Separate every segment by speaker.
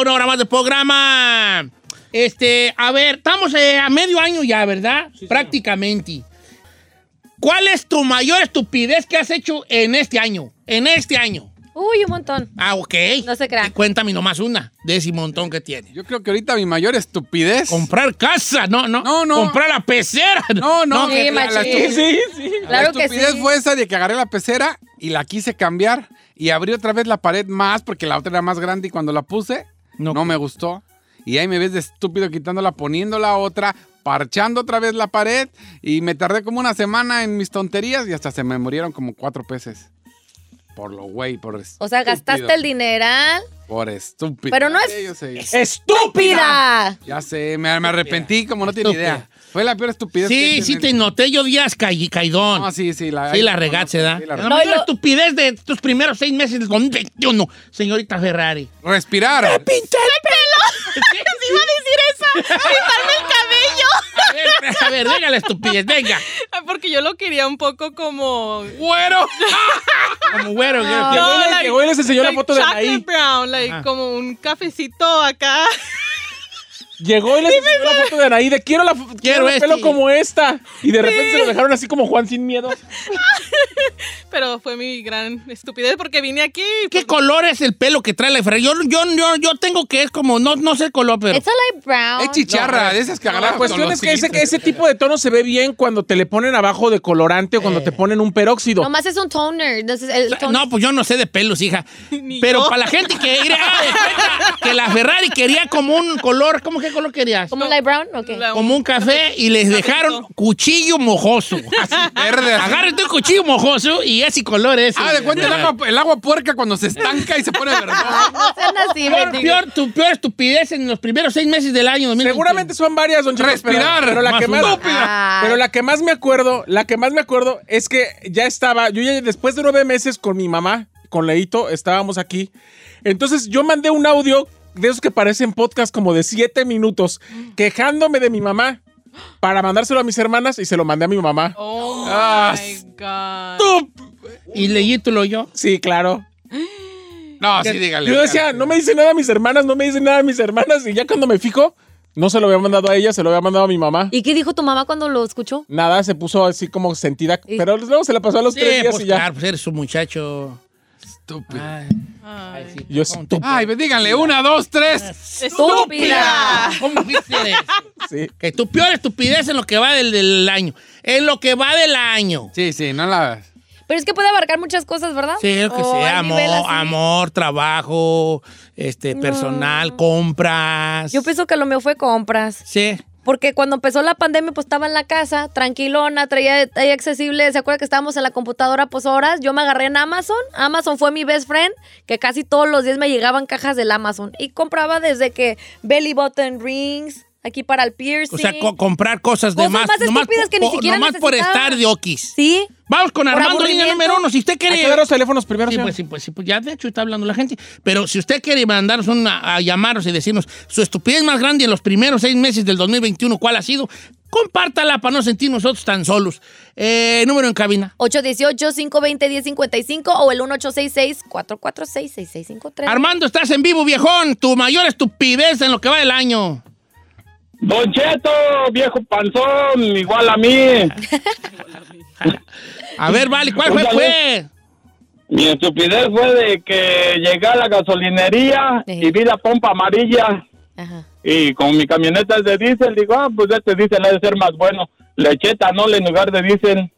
Speaker 1: Una hora más de programa. Este, a ver, estamos eh, a medio año ya, ¿verdad? Prácticamente. ¿Cuál es tu mayor estupidez que has hecho en este año? En este año.
Speaker 2: Uy, un montón.
Speaker 1: Ah, ok.
Speaker 2: No se crean.
Speaker 1: Y Cuéntame nomás una de ese montón que tiene.
Speaker 3: Yo creo que ahorita mi mayor estupidez.
Speaker 1: Comprar casa, no, no.
Speaker 3: No, no.
Speaker 1: Comprar la pecera.
Speaker 3: No, no,
Speaker 2: Sí,
Speaker 3: que la, la
Speaker 2: machín.
Speaker 3: estupidez,
Speaker 2: Claro
Speaker 3: la
Speaker 2: que
Speaker 3: estupidez
Speaker 2: sí.
Speaker 3: fue esa de que agarré la pecera y la quise cambiar y abrí otra vez la pared más porque la otra era más grande y cuando la puse
Speaker 1: No.
Speaker 3: no, me gustó. Y ahí me ves de estúpido quitándola, poniendo la otra, parchando otra vez la pared y me tardé como una semana en mis tonterías y hasta se me murieron como cuatro peces. Por lo güey, por estúpido.
Speaker 2: O sea, gastaste el dineral.
Speaker 3: Por estúpido.
Speaker 2: Pero no es-
Speaker 3: Sí, yo sé.
Speaker 1: ¡Estúpida!
Speaker 2: ¡Pida!
Speaker 3: Ya sé, me, me arrepentí como no tiene
Speaker 1: Estúpida.
Speaker 3: idea. Fue la peor estupidez. que
Speaker 1: Sí,
Speaker 3: he
Speaker 1: sí
Speaker 3: tenido.
Speaker 1: te noté, yo días caí- caidón.
Speaker 3: No, sí, sí. La,
Speaker 1: Sí, la regaste, ¿da?
Speaker 3: Sí,
Speaker 1: La
Speaker 3: la
Speaker 1: mayor
Speaker 3: regaste.
Speaker 2: No, y lo-
Speaker 1: estupidez de tus primeros seis meses del 2021, señorita Ferrari.
Speaker 3: Respirar.
Speaker 2: ¡Te iba a decir esa! ¡Pintarme el cabello!
Speaker 1: A ver, a ver, venga la estupidez, venga.
Speaker 4: Ah, Porque yo lo quería un poco como.
Speaker 1: ¡Güero! Como güero, güero.
Speaker 4: No,
Speaker 5: huele- que huele, se enseñó la
Speaker 4: like
Speaker 5: foto de
Speaker 4: chocolate
Speaker 5: Anaí.
Speaker 4: brown, like
Speaker 1: Ajá.
Speaker 4: como un cafecito acá.
Speaker 5: Llegó y les enseñó la foto de Anaí de quiero la quiero, el
Speaker 1: este".
Speaker 5: pelo como esta. Y de repente se lo dejaron así como Juan sin miedo.
Speaker 4: Pero fue mi gran estupidez porque vine aquí. y
Speaker 1: ¿Qué
Speaker 4: pues,
Speaker 1: color es el pelo que trae la Ferrari? Yo, yo, yo, yo tengo que es como, no, no sé el color, pero.
Speaker 2: It's a light brown.
Speaker 3: Es chicharra, de esas que agarras
Speaker 5: La cuestión
Speaker 3: con
Speaker 5: es
Speaker 3: los
Speaker 5: que ese,
Speaker 3: hilitos.
Speaker 5: ese tipo de tono se ve bien cuando te le ponen abajo de colorante o cuando te ponen un peróxido.
Speaker 2: Nomás es un toner. entonces el toner-
Speaker 1: No, pues yo no sé de pelos, hija.
Speaker 4: Ni
Speaker 1: Pero
Speaker 4: yo.
Speaker 1: para la gente que era que la Ferrari quería como un color, ¿cómo qué color querías?
Speaker 2: ¿Como un light brown? Ok.
Speaker 4: la-
Speaker 1: Como un café y les dejaron cuchillo mojoso. Así.
Speaker 3: Verde. así.
Speaker 1: Agárrate un cuchillo mojoso y ese color ese.
Speaker 3: Ah, de cuenta el agua, el agua puerca cuando se estanca y se pone verde.
Speaker 2: No sean así,
Speaker 1: Peor,
Speaker 2: mendigos.
Speaker 1: peor- tu peor estupidez en los primeros seis meses del año 2021.
Speaker 5: Seguramente son varias, don Cheto, pero-
Speaker 3: Respirar,
Speaker 5: Pero, la
Speaker 1: más
Speaker 5: que más,
Speaker 2: estúpida.
Speaker 5: pero la que más me acuerdo, la que más me acuerdo es que ya estaba, yo ya después de nueve meses con mi mamá, con Leito, estábamos aquí. Entonces yo mandé un audio de esos que parecen podcast como de siete minutos, quejándome de mi mamá para mandárselo a mis hermanas y se lo mandé a mi mamá.
Speaker 4: Oh my
Speaker 3: Ah,
Speaker 4: God.
Speaker 1: Y leyítelo yo.
Speaker 5: Sí, claro.
Speaker 3: No, sí, dígale.
Speaker 5: Yo decía, no me dicen nada a mis hermanas, no me dicen nada a mis hermanas. Y ya cuando me fijo, no se lo había mandado a ella, se lo había mandado a mi mamá.
Speaker 2: ¿Y qué dijo tu mamá cuando lo escuchó?
Speaker 5: Nada, se puso así como sentida.
Speaker 2: Y-
Speaker 5: Pero luego se la pasó a los
Speaker 1: Sí,
Speaker 5: tres días
Speaker 1: pues
Speaker 5: y ya.
Speaker 1: claro, pues eres un muchacho.
Speaker 3: Estúpido.
Speaker 4: Ay.
Speaker 1: sí,
Speaker 5: Yo
Speaker 1: ¿cómo
Speaker 5: estup-
Speaker 3: Ay, pues díganle, una, dos, tres.
Speaker 2: ¡Estúpida!
Speaker 1: te- ¿Cómo viste de eso?
Speaker 5: Sí.
Speaker 1: Que tu peor estupidez en lo que va del, del año. En lo que va del año.
Speaker 3: Sí, sí, no la.
Speaker 2: Pero es que puede abarcar muchas cosas, ¿verdad?
Speaker 1: Sí, lo que
Speaker 2: O
Speaker 1: sea,
Speaker 2: al
Speaker 1: amor,
Speaker 2: Oh, nivel así.
Speaker 1: amor, trabajo, este, personal, compras.
Speaker 2: Yo pienso que lo mío fue compras.
Speaker 1: Sí.
Speaker 2: Porque cuando empezó la pandemia, pues estaba en la casa, tranquilona, traía ahí accesible. ¿Se acuerda que estábamos en la computadora, pues horas? Yo me agarré en Amazon. Amazon fue mi best friend, que casi todos los días me llegaban cajas del Amazon. Y compraba desde que belly button rings, aquí para el piercing.
Speaker 1: O sea, co- comprar cosas, de
Speaker 2: Cosas
Speaker 1: más.
Speaker 2: más estúpidas que ni
Speaker 1: po-
Speaker 2: siquiera
Speaker 1: nomás por
Speaker 2: necesitaba.
Speaker 1: estar de okis.
Speaker 2: Sí.
Speaker 1: Vamos con
Speaker 2: Por
Speaker 1: Armando, línea
Speaker 2: aburrimiento.
Speaker 1: número uno. Si usted
Speaker 5: Hay
Speaker 1: quiere...
Speaker 5: que dar los teléfonos primero,
Speaker 1: Sí,
Speaker 5: señor.
Speaker 1: pues sí, pues sí, pues ya de hecho está hablando la gente. Pero si usted quiere mandarnos una, a llamarnos y decirnos su estupidez más grande en los primeros seis meses del 2021, ¿cuál ha sido? Compártala para no sentir nosotros tan solos. Eh, número en cabina.
Speaker 2: 818-520-1055 o el 1866-446-6653.
Speaker 1: Armando, estás en vivo, viejón. Tu mayor estupidez en lo que va del año.
Speaker 6: Don Cheto, viejo panzón, igual a mí.
Speaker 1: A ver, vale, ¿cuál fue? pues?
Speaker 6: Ándale.
Speaker 1: fue?
Speaker 6: Mi estupidez fue de que llegué a la gasolinería
Speaker 2: Ey.
Speaker 6: y vi la pompa amarilla
Speaker 2: Ajá.
Speaker 6: y con mi camioneta es de diésel, digo, ah, pues este diésel ha de ser más bueno. Le eché etanol en lugar de diésel.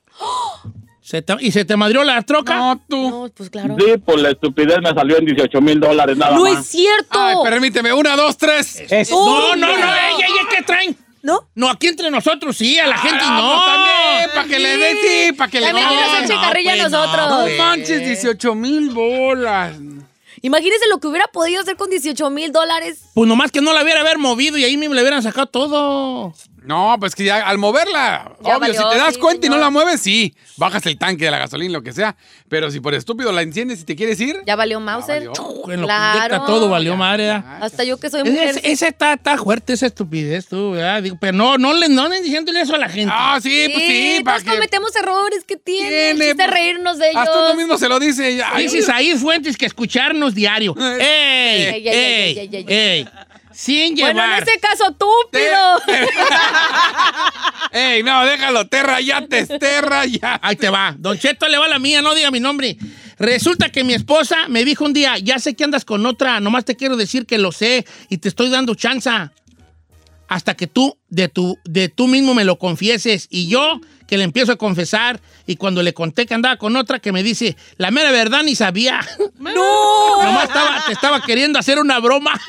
Speaker 1: ¿Se te- ¿Y se te madrió la troca?
Speaker 3: No, tú.
Speaker 2: No, pues claro.
Speaker 6: Sí, por la estupidez me salió en 18 mil dólares nada
Speaker 2: ¡No es
Speaker 6: más.
Speaker 2: cierto!
Speaker 3: Ay, permíteme, una, dos, tres.
Speaker 5: Es-
Speaker 1: No, no, no,
Speaker 2: no.
Speaker 1: ey, ey, ey, ¿qué traen?
Speaker 2: ¿No?
Speaker 1: No, aquí entre nosotros sí, a la
Speaker 2: Ah,
Speaker 1: gente no.
Speaker 3: Ah, pues también, para que le den, sí, para que le
Speaker 2: También
Speaker 1: no,
Speaker 2: quiero hacer
Speaker 1: no,
Speaker 2: chicarrilla
Speaker 1: pues,
Speaker 2: nosotros.
Speaker 1: no,
Speaker 3: No manches, 18 mil bolas.
Speaker 2: Imagínense lo que hubiera podido hacer con 18 mil dólares.
Speaker 1: Pues nomás que no la hubiera haber movido y ahí mismo le hubieran sacado todo.
Speaker 3: No, pues que ya al moverla,
Speaker 2: Ya
Speaker 3: obvio,
Speaker 2: valió,
Speaker 3: si te das
Speaker 2: sí,
Speaker 3: cuenta y no
Speaker 2: no.
Speaker 3: la mueves, sí, bajas el tanque de la gasolina, lo que sea. Pero si por estúpido la enciendes y te quieres ir,
Speaker 2: Ya valió Mauser.
Speaker 3: valió.
Speaker 1: En lo que inyecta pues, todo valió madre. ¿verdad?
Speaker 2: Hasta yo que soy Ah, mujer.
Speaker 1: Es- Esa está, está fuerte, esa estupidez, tú, ¿verdad? Digo, pero no, no le no anden diciéndole eso a la gente.
Speaker 3: Ah, sí, pues sí,
Speaker 2: Sí,
Speaker 3: para
Speaker 2: todos
Speaker 3: que-
Speaker 2: cometemos errores que tiene.
Speaker 3: Tiene,
Speaker 2: Tiene de
Speaker 3: pues,
Speaker 2: reírnos de ellos.
Speaker 3: Hasta uno mismo se lo dice. ya. Ay,
Speaker 1: Dice Said Fuentes que escucharnos diario. ¡Ey!
Speaker 2: Ey, ey, ey,
Speaker 1: ¡Ey!
Speaker 2: ey, ey,
Speaker 1: ¡Ey! Sin
Speaker 2: Bueno, en
Speaker 1: llevar.
Speaker 2: ese caso, túpido.
Speaker 3: ¡Ey, no, déjalo! ¡Te rayates! ¡Te rayates!
Speaker 1: Ahí te va. Don Cheto le va la mía, no diga mi nombre. Resulta que mi esposa me dijo un día, ya sé que andas con otra, nomás te quiero decir que lo sé y te estoy dando chanza. Hasta que tú, de, tu, de tú mismo me lo confieses. Y yo, que le empiezo a confesar. Y cuando le conté que andaba con otra, que me dice, la mera verdad ni sabía.
Speaker 2: ¡No!
Speaker 1: Nomás estaba, te estaba queriendo hacer una broma.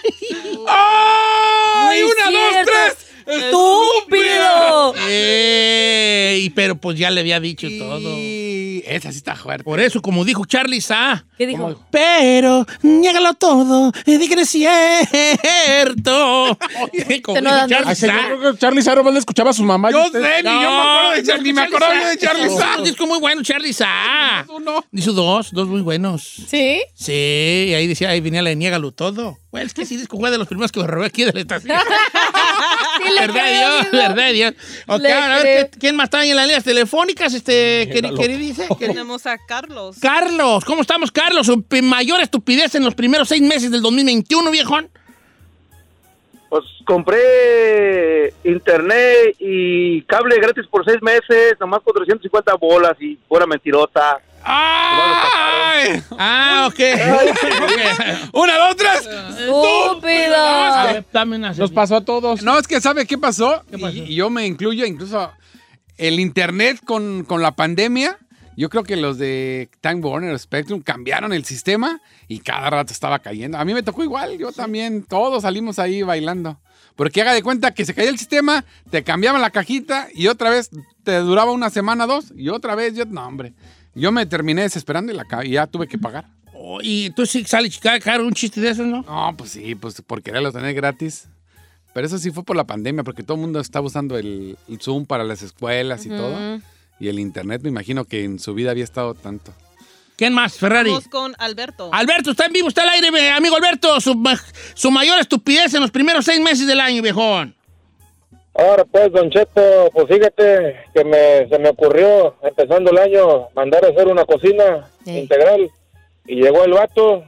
Speaker 3: ¡Ay,
Speaker 2: Muy
Speaker 3: una, dos,
Speaker 2: cierto.
Speaker 3: tres!
Speaker 2: ¡Estúpido!
Speaker 1: Ey, pero pues ya le había dicho todo.
Speaker 3: Y esa sí está fuerte.
Speaker 1: Por eso, como dijo Charlie Sa.
Speaker 2: ¿Qué dijo?
Speaker 1: Pero, niégalo todo, es de que es cierto. Como
Speaker 2: Te no
Speaker 1: dijo
Speaker 2: dan-
Speaker 1: Charlie
Speaker 5: Ay, señor,
Speaker 1: Sa.
Speaker 5: yo creo que Charlie Sarro más le escuchaba a su mamá. y
Speaker 3: Yo
Speaker 5: usted-
Speaker 3: sé, ni yo me acuerdo de Charlie, ni me acordaba yo de Charlie
Speaker 1: Hizo
Speaker 3: Sa.
Speaker 1: Un disco muy bueno, Charlie Sa.
Speaker 3: Uno.
Speaker 1: Hizo dos, dos muy buenos.
Speaker 2: ¿Sí?
Speaker 1: Sí, y ahí decía, ahí venía la de Niégalo todo. Güey, es que ese disco fue de los primeros que robé aquí de la estación.
Speaker 2: Sí, le
Speaker 1: verdad de
Speaker 2: creo,
Speaker 1: Dios,
Speaker 2: amigo.
Speaker 1: verdad de Dios. Ok,
Speaker 2: Le
Speaker 1: ahora a ver,
Speaker 2: creo.
Speaker 1: ¿qué- ¿quién más está ahí en las líneas telefónicas? Este, queri- queridice, queri-
Speaker 4: Tenemos a Carlos.
Speaker 1: Carlos, ¿cómo estamos, Carlos? Su pe- mayor estupidez en los primeros seis meses del 2021, viejón.
Speaker 6: Pues compré internet y cable gratis por seis meses, nomás 450 bolas y pura mentirota.
Speaker 3: ¡Ay!
Speaker 1: Ah, ok. Ok.
Speaker 3: ¡Una, dos, tres!
Speaker 1: A
Speaker 2: ¡Estúpido!
Speaker 1: ver, dame una
Speaker 5: Nos pasó a todos.
Speaker 3: No, es que ¿sabe qué pasó?
Speaker 1: ¿Qué pasó?
Speaker 3: Y, y yo me incluyo, incluso el internet con, con la pandemia. Yo creo que los de Time Warner Spectrum cambiaron el sistema y cada rato estaba cayendo. A mí me tocó igual, yo también, todos salimos ahí bailando. Porque haga de cuenta que se caía el sistema, te cambiaban la cajita y otra vez te duraba una semana, dos, y otra vez, yo, no, hombre. Yo me terminé desesperando y, la, ca- y ya tuve que pagar.
Speaker 1: Oh, y tú sí sales chica, caro, un chiste de esos, ¿no?
Speaker 3: No, pues sí, pues por quererlo tener gratis. Pero eso sí fue por la pandemia, porque todo el mundo estaba usando el, el Zoom para las escuelas y todo. Y el Internet, me imagino que en su vida había estado tanto.
Speaker 1: ¿Quién más, Ferrari?
Speaker 4: Vamos con Alberto.
Speaker 1: Alberto, está en vivo, está al aire, ve, amigo Alberto. Su, ma- su mayor estupidez en los primeros seis meses del año, viejón.
Speaker 6: Ahora pues, Don Cheto, pues fíjate que me, se me ocurrió, empezando el año, mandar a hacer una cocina
Speaker 2: Ey.
Speaker 6: integral. Y llegó el vato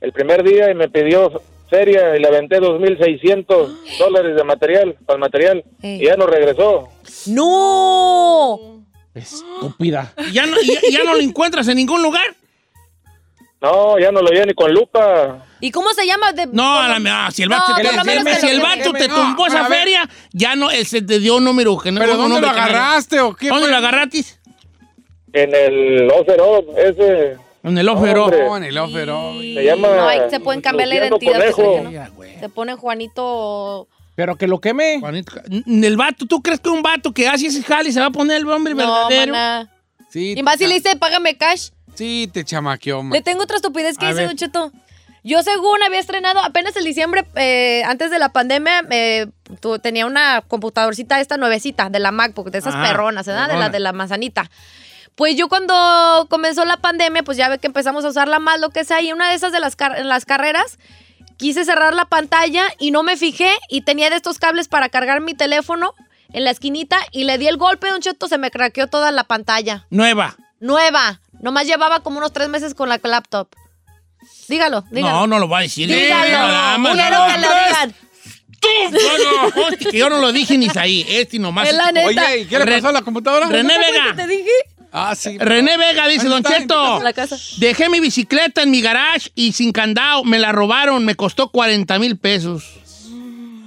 Speaker 6: el primer día y me pidió feria y le aventé 2.600 dólares de material, para el material.
Speaker 2: Ey.
Speaker 6: Y ya no regresó.
Speaker 2: ¡No!
Speaker 5: Estúpida.
Speaker 1: ¿Y ¿Ya no, y ya, y ya no lo encuentras en ningún lugar?
Speaker 6: No, ya no lo vi ni con lupa.
Speaker 2: ¿Y cómo se llama? De-
Speaker 1: No, a la, ah, si el vato,
Speaker 2: No,
Speaker 1: te-
Speaker 2: por lo menos
Speaker 1: si
Speaker 2: te lo
Speaker 1: el vato
Speaker 3: debe.
Speaker 1: te
Speaker 3: No,
Speaker 1: tumbó
Speaker 3: pero
Speaker 1: esa
Speaker 3: a ver.
Speaker 1: feria, ya no, él se te dio un número que no
Speaker 3: ¿Pero
Speaker 1: un
Speaker 3: dónde lo
Speaker 1: nombre que no era.
Speaker 3: agarraste o qué?
Speaker 1: ¿Dónde
Speaker 3: fue?
Speaker 1: lo agarratis?
Speaker 6: En el Ocerón, ese
Speaker 1: En el ófero.
Speaker 6: Hombre.
Speaker 3: No, Oh, en el ófero.
Speaker 6: se llama...
Speaker 2: No, ahí se pueden cambiar la
Speaker 6: Luciano
Speaker 2: identidad,
Speaker 6: Conejo.
Speaker 2: pero que no.
Speaker 1: Mira, güey.
Speaker 2: Se pone Juanito.
Speaker 5: Pero que lo queme.
Speaker 1: Juanito, n- el vato, ¿tú crees que un vato que hace ese jale se va a poner el hombre
Speaker 2: No,
Speaker 1: verdadero?
Speaker 2: maná.
Speaker 3: Sí,
Speaker 2: Y más si le dice, págame cash.
Speaker 3: sí, te chamaqueó, man.
Speaker 2: Le tengo otra estupidez que
Speaker 1: A
Speaker 2: hice,
Speaker 1: ver.
Speaker 2: Don Cheto. Yo, según había estrenado apenas el diciembre, eh, antes de la pandemia, eh, tu- tenía una computadorcita, esta nuevecita, de la MacBook, de esas
Speaker 1: Ajá,
Speaker 2: perronas, ¿verdad? De
Speaker 1: perrona.
Speaker 2: la de la manzanita. Pues yo cuando comenzó la pandemia, pues ya ve que empezamos a usarla más, lo que sea, y una de esas de las, car- en las carreras, quise cerrar la pantalla y no me fijé y tenía de estos cables para cargar mi teléfono en la esquinita y le di el golpe, Don Cheto, se me craqueó toda la pantalla.
Speaker 1: Nueva.
Speaker 2: Nueva. Nomás llevaba como unos tres meses con la laptop. Dígalo,
Speaker 1: No,
Speaker 2: dígalo.
Speaker 1: no lo va a decir.
Speaker 2: dígalo.
Speaker 1: Dígalo, nada más.
Speaker 2: Quiero
Speaker 1: No,
Speaker 2: que lo
Speaker 1: tres.
Speaker 2: digan.
Speaker 1: No, no, hostia, que yo no lo dije ni ahí. Este nomás.
Speaker 2: Es la neta.
Speaker 3: Oye, ¿y qué le
Speaker 1: Re-
Speaker 3: pasó a la computadora?
Speaker 1: René
Speaker 2: ¿Te acuerdas que
Speaker 1: Vega.
Speaker 2: te dije?
Speaker 3: Ah, sí.
Speaker 1: René Vega dice,
Speaker 3: Ahí
Speaker 1: Don
Speaker 3: está, en tu
Speaker 1: Cheto,
Speaker 2: casa. La casa.
Speaker 1: dejé mi bicicleta en mi garage y sin candado, me la robaron, me costó 40 mil pesos.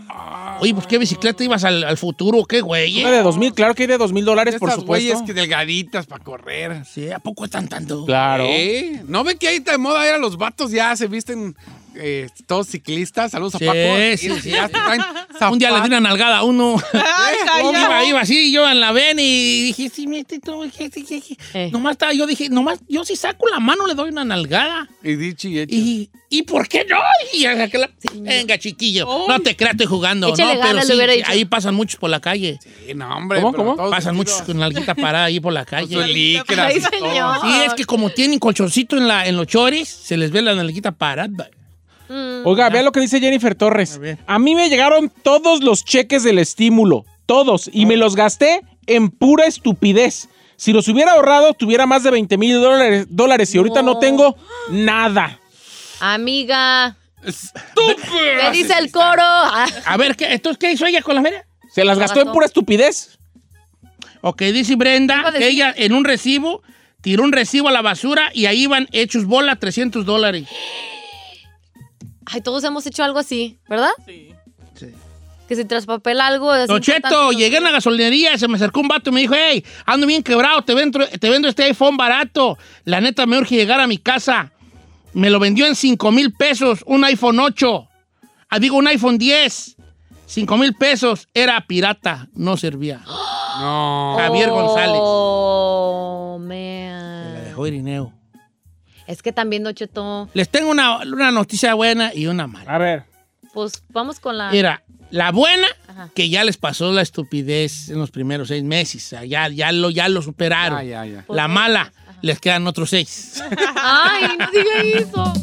Speaker 2: Ah.
Speaker 1: Oye, pues qué bicicleta ibas al, al futuro, qué güey.
Speaker 5: Una de dos mil, claro que hay de dos mil dólares, por
Speaker 3: Estas güeyes
Speaker 5: supuesto.
Speaker 3: que delgaditas para correr.
Speaker 1: Sí, ¿a poco están tanto?
Speaker 5: Claro.
Speaker 3: ¿Eh? ¿No ve que ahí de moda era los vatos ya se visten eh, todos ciclistas. Saludos a
Speaker 1: Sí,
Speaker 3: Paco.
Speaker 1: sí,
Speaker 3: y-
Speaker 1: sí.
Speaker 3: y ya traen
Speaker 1: Un día le di
Speaker 3: zapatos.
Speaker 1: una nalgada a uno.
Speaker 4: Ay,
Speaker 1: Yo iba,
Speaker 4: calla.
Speaker 1: iba así, yo en la ven y dije, sí, mira, este todo, je, je, je, je.
Speaker 2: Eh.
Speaker 1: Nomás estaba, yo dije, nomás, yo si saco la mano le doy una nalgada.
Speaker 3: Y dicho y hecho.
Speaker 1: Y, ¿y por qué no? Y ya saqué la- Venga, chiquillo,
Speaker 4: Oh.
Speaker 1: no te creas, estoy jugando.
Speaker 2: Échale
Speaker 1: no, pero
Speaker 2: ganas, le
Speaker 1: sí,
Speaker 2: hubiera dicho.
Speaker 1: ahí pasan muchos por la calle.
Speaker 3: Sí, no, hombre.
Speaker 5: ¿Cómo,
Speaker 3: pero
Speaker 5: cómo?
Speaker 3: todos
Speaker 1: Pasan muchos
Speaker 3: vestidos
Speaker 1: con la alguita parada ahí por la
Speaker 3: con su
Speaker 1: calle.
Speaker 3: licra,
Speaker 2: Ay,
Speaker 3: así, todo.
Speaker 2: señor.
Speaker 1: Sí, es que como tienen colchoncito en, la, en los choris, se les ve la nalguita parada.
Speaker 5: Oiga, vea lo que dice Jennifer
Speaker 1: A
Speaker 5: Torres.
Speaker 1: ver.
Speaker 5: A mí me llegaron todos los cheques del estímulo, todos, y me los gasté en pura estupidez. Si los hubiera ahorrado, tuviera más de 20 mil dólares, dólares y ahorita
Speaker 2: No.
Speaker 5: no tengo nada.
Speaker 2: Amiga, ¿qué
Speaker 3: ¡Estúpido!
Speaker 2: dice el coro? Ah,
Speaker 1: A ver, ¿qué, entonces, ¿qué hizo ella con la feria?
Speaker 5: Se las
Speaker 2: La
Speaker 5: gastó en
Speaker 2: gastó.
Speaker 5: pura estupidez.
Speaker 1: Ok, dice
Speaker 2: Iba
Speaker 1: Brenda
Speaker 2: a
Speaker 1: que
Speaker 2: decir-
Speaker 1: ella en un recibo tiró un recibo a la basura y ahí iban hechos bola 300 dólares.
Speaker 2: Ay, todos hemos hecho algo así, ¿verdad?
Speaker 4: Sí.
Speaker 2: Que se traspapela algo. es
Speaker 1: Don
Speaker 2: importante,
Speaker 1: Cheto,
Speaker 2: ¿no?
Speaker 1: llegué a la gasolinería, se me acercó un vato y me dijo, hey, ando bien quebrado, te vendo, te vendo este iPhone barato. La neta me urge llegar a mi casa. Me lo vendió en 5 mil pesos, un iPhone 8. Ah, digo, un iPhone 10. 5 mil pesos, era pirata, no servía.
Speaker 3: No.
Speaker 1: Javier González.
Speaker 2: Oh,
Speaker 1: Se La
Speaker 2: man.
Speaker 1: dejó Irineo.
Speaker 2: Es que también, Don Cheto,
Speaker 1: Les tengo una, una noticia buena y una mala.
Speaker 5: A ver.
Speaker 2: pues vamos con la...
Speaker 1: Era la buena,
Speaker 2: Ajá.
Speaker 1: que ya les pasó la estupidez en los primeros seis meses. O sea, ya, ya, lo, ya lo superaron.
Speaker 3: Ya, Ah, ya, ya.
Speaker 1: La mala, les quedan otros seis.
Speaker 2: Ay, no diga eso.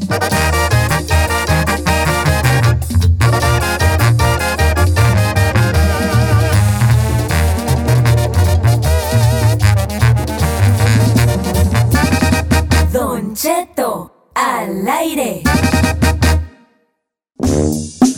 Speaker 7: Don Cheto, al aire.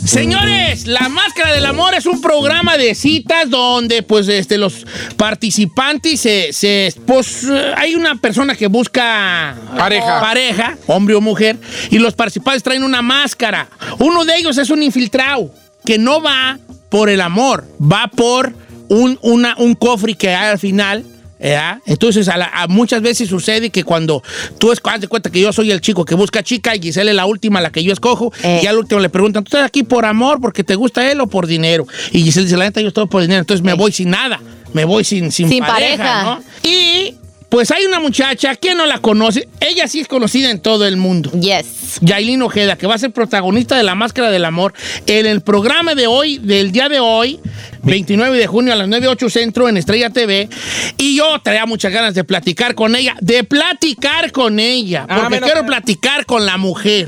Speaker 1: Señores, La Máscara del Amor es un programa de citas donde pues este, los participantes se, se- pues, eh, hay una persona que busca
Speaker 3: Pareja.
Speaker 1: pareja, hombre o mujer, y los participantes traen una máscara. Uno de ellos es un infiltrado que no va por el amor, va por un, una- un cofre que hay al final. ¿verdad? Entonces, a la- a muchas veces sucede que cuando tú es- haz de cuenta que yo soy el chico que busca chica y Giselle es la última, la que yo escojo,
Speaker 2: Eh.
Speaker 1: y al último le preguntan, ¿tú estás aquí por amor, porque te gusta él o por dinero? Y Giselle dice, la neta, yo estoy por dinero, entonces me voy sin nada, me voy sin, sin,
Speaker 2: Sin
Speaker 1: pareja,
Speaker 2: pareja.
Speaker 1: ¿no? Y pues hay una muchacha que no la conoce, ella sí es conocida en todo el mundo.
Speaker 2: Yes.
Speaker 1: Yailin Ojeda, que va a ser protagonista de La Máscara del Amor en el programa de hoy, del día de hoy, 29 de junio a las 9.8 Centro en Estrella TV. Y yo traía muchas ganas de platicar con ella, de platicar con ella,
Speaker 5: Ah,
Speaker 1: porque
Speaker 5: menos
Speaker 1: quiero
Speaker 5: mal.
Speaker 1: platicar con la mujer.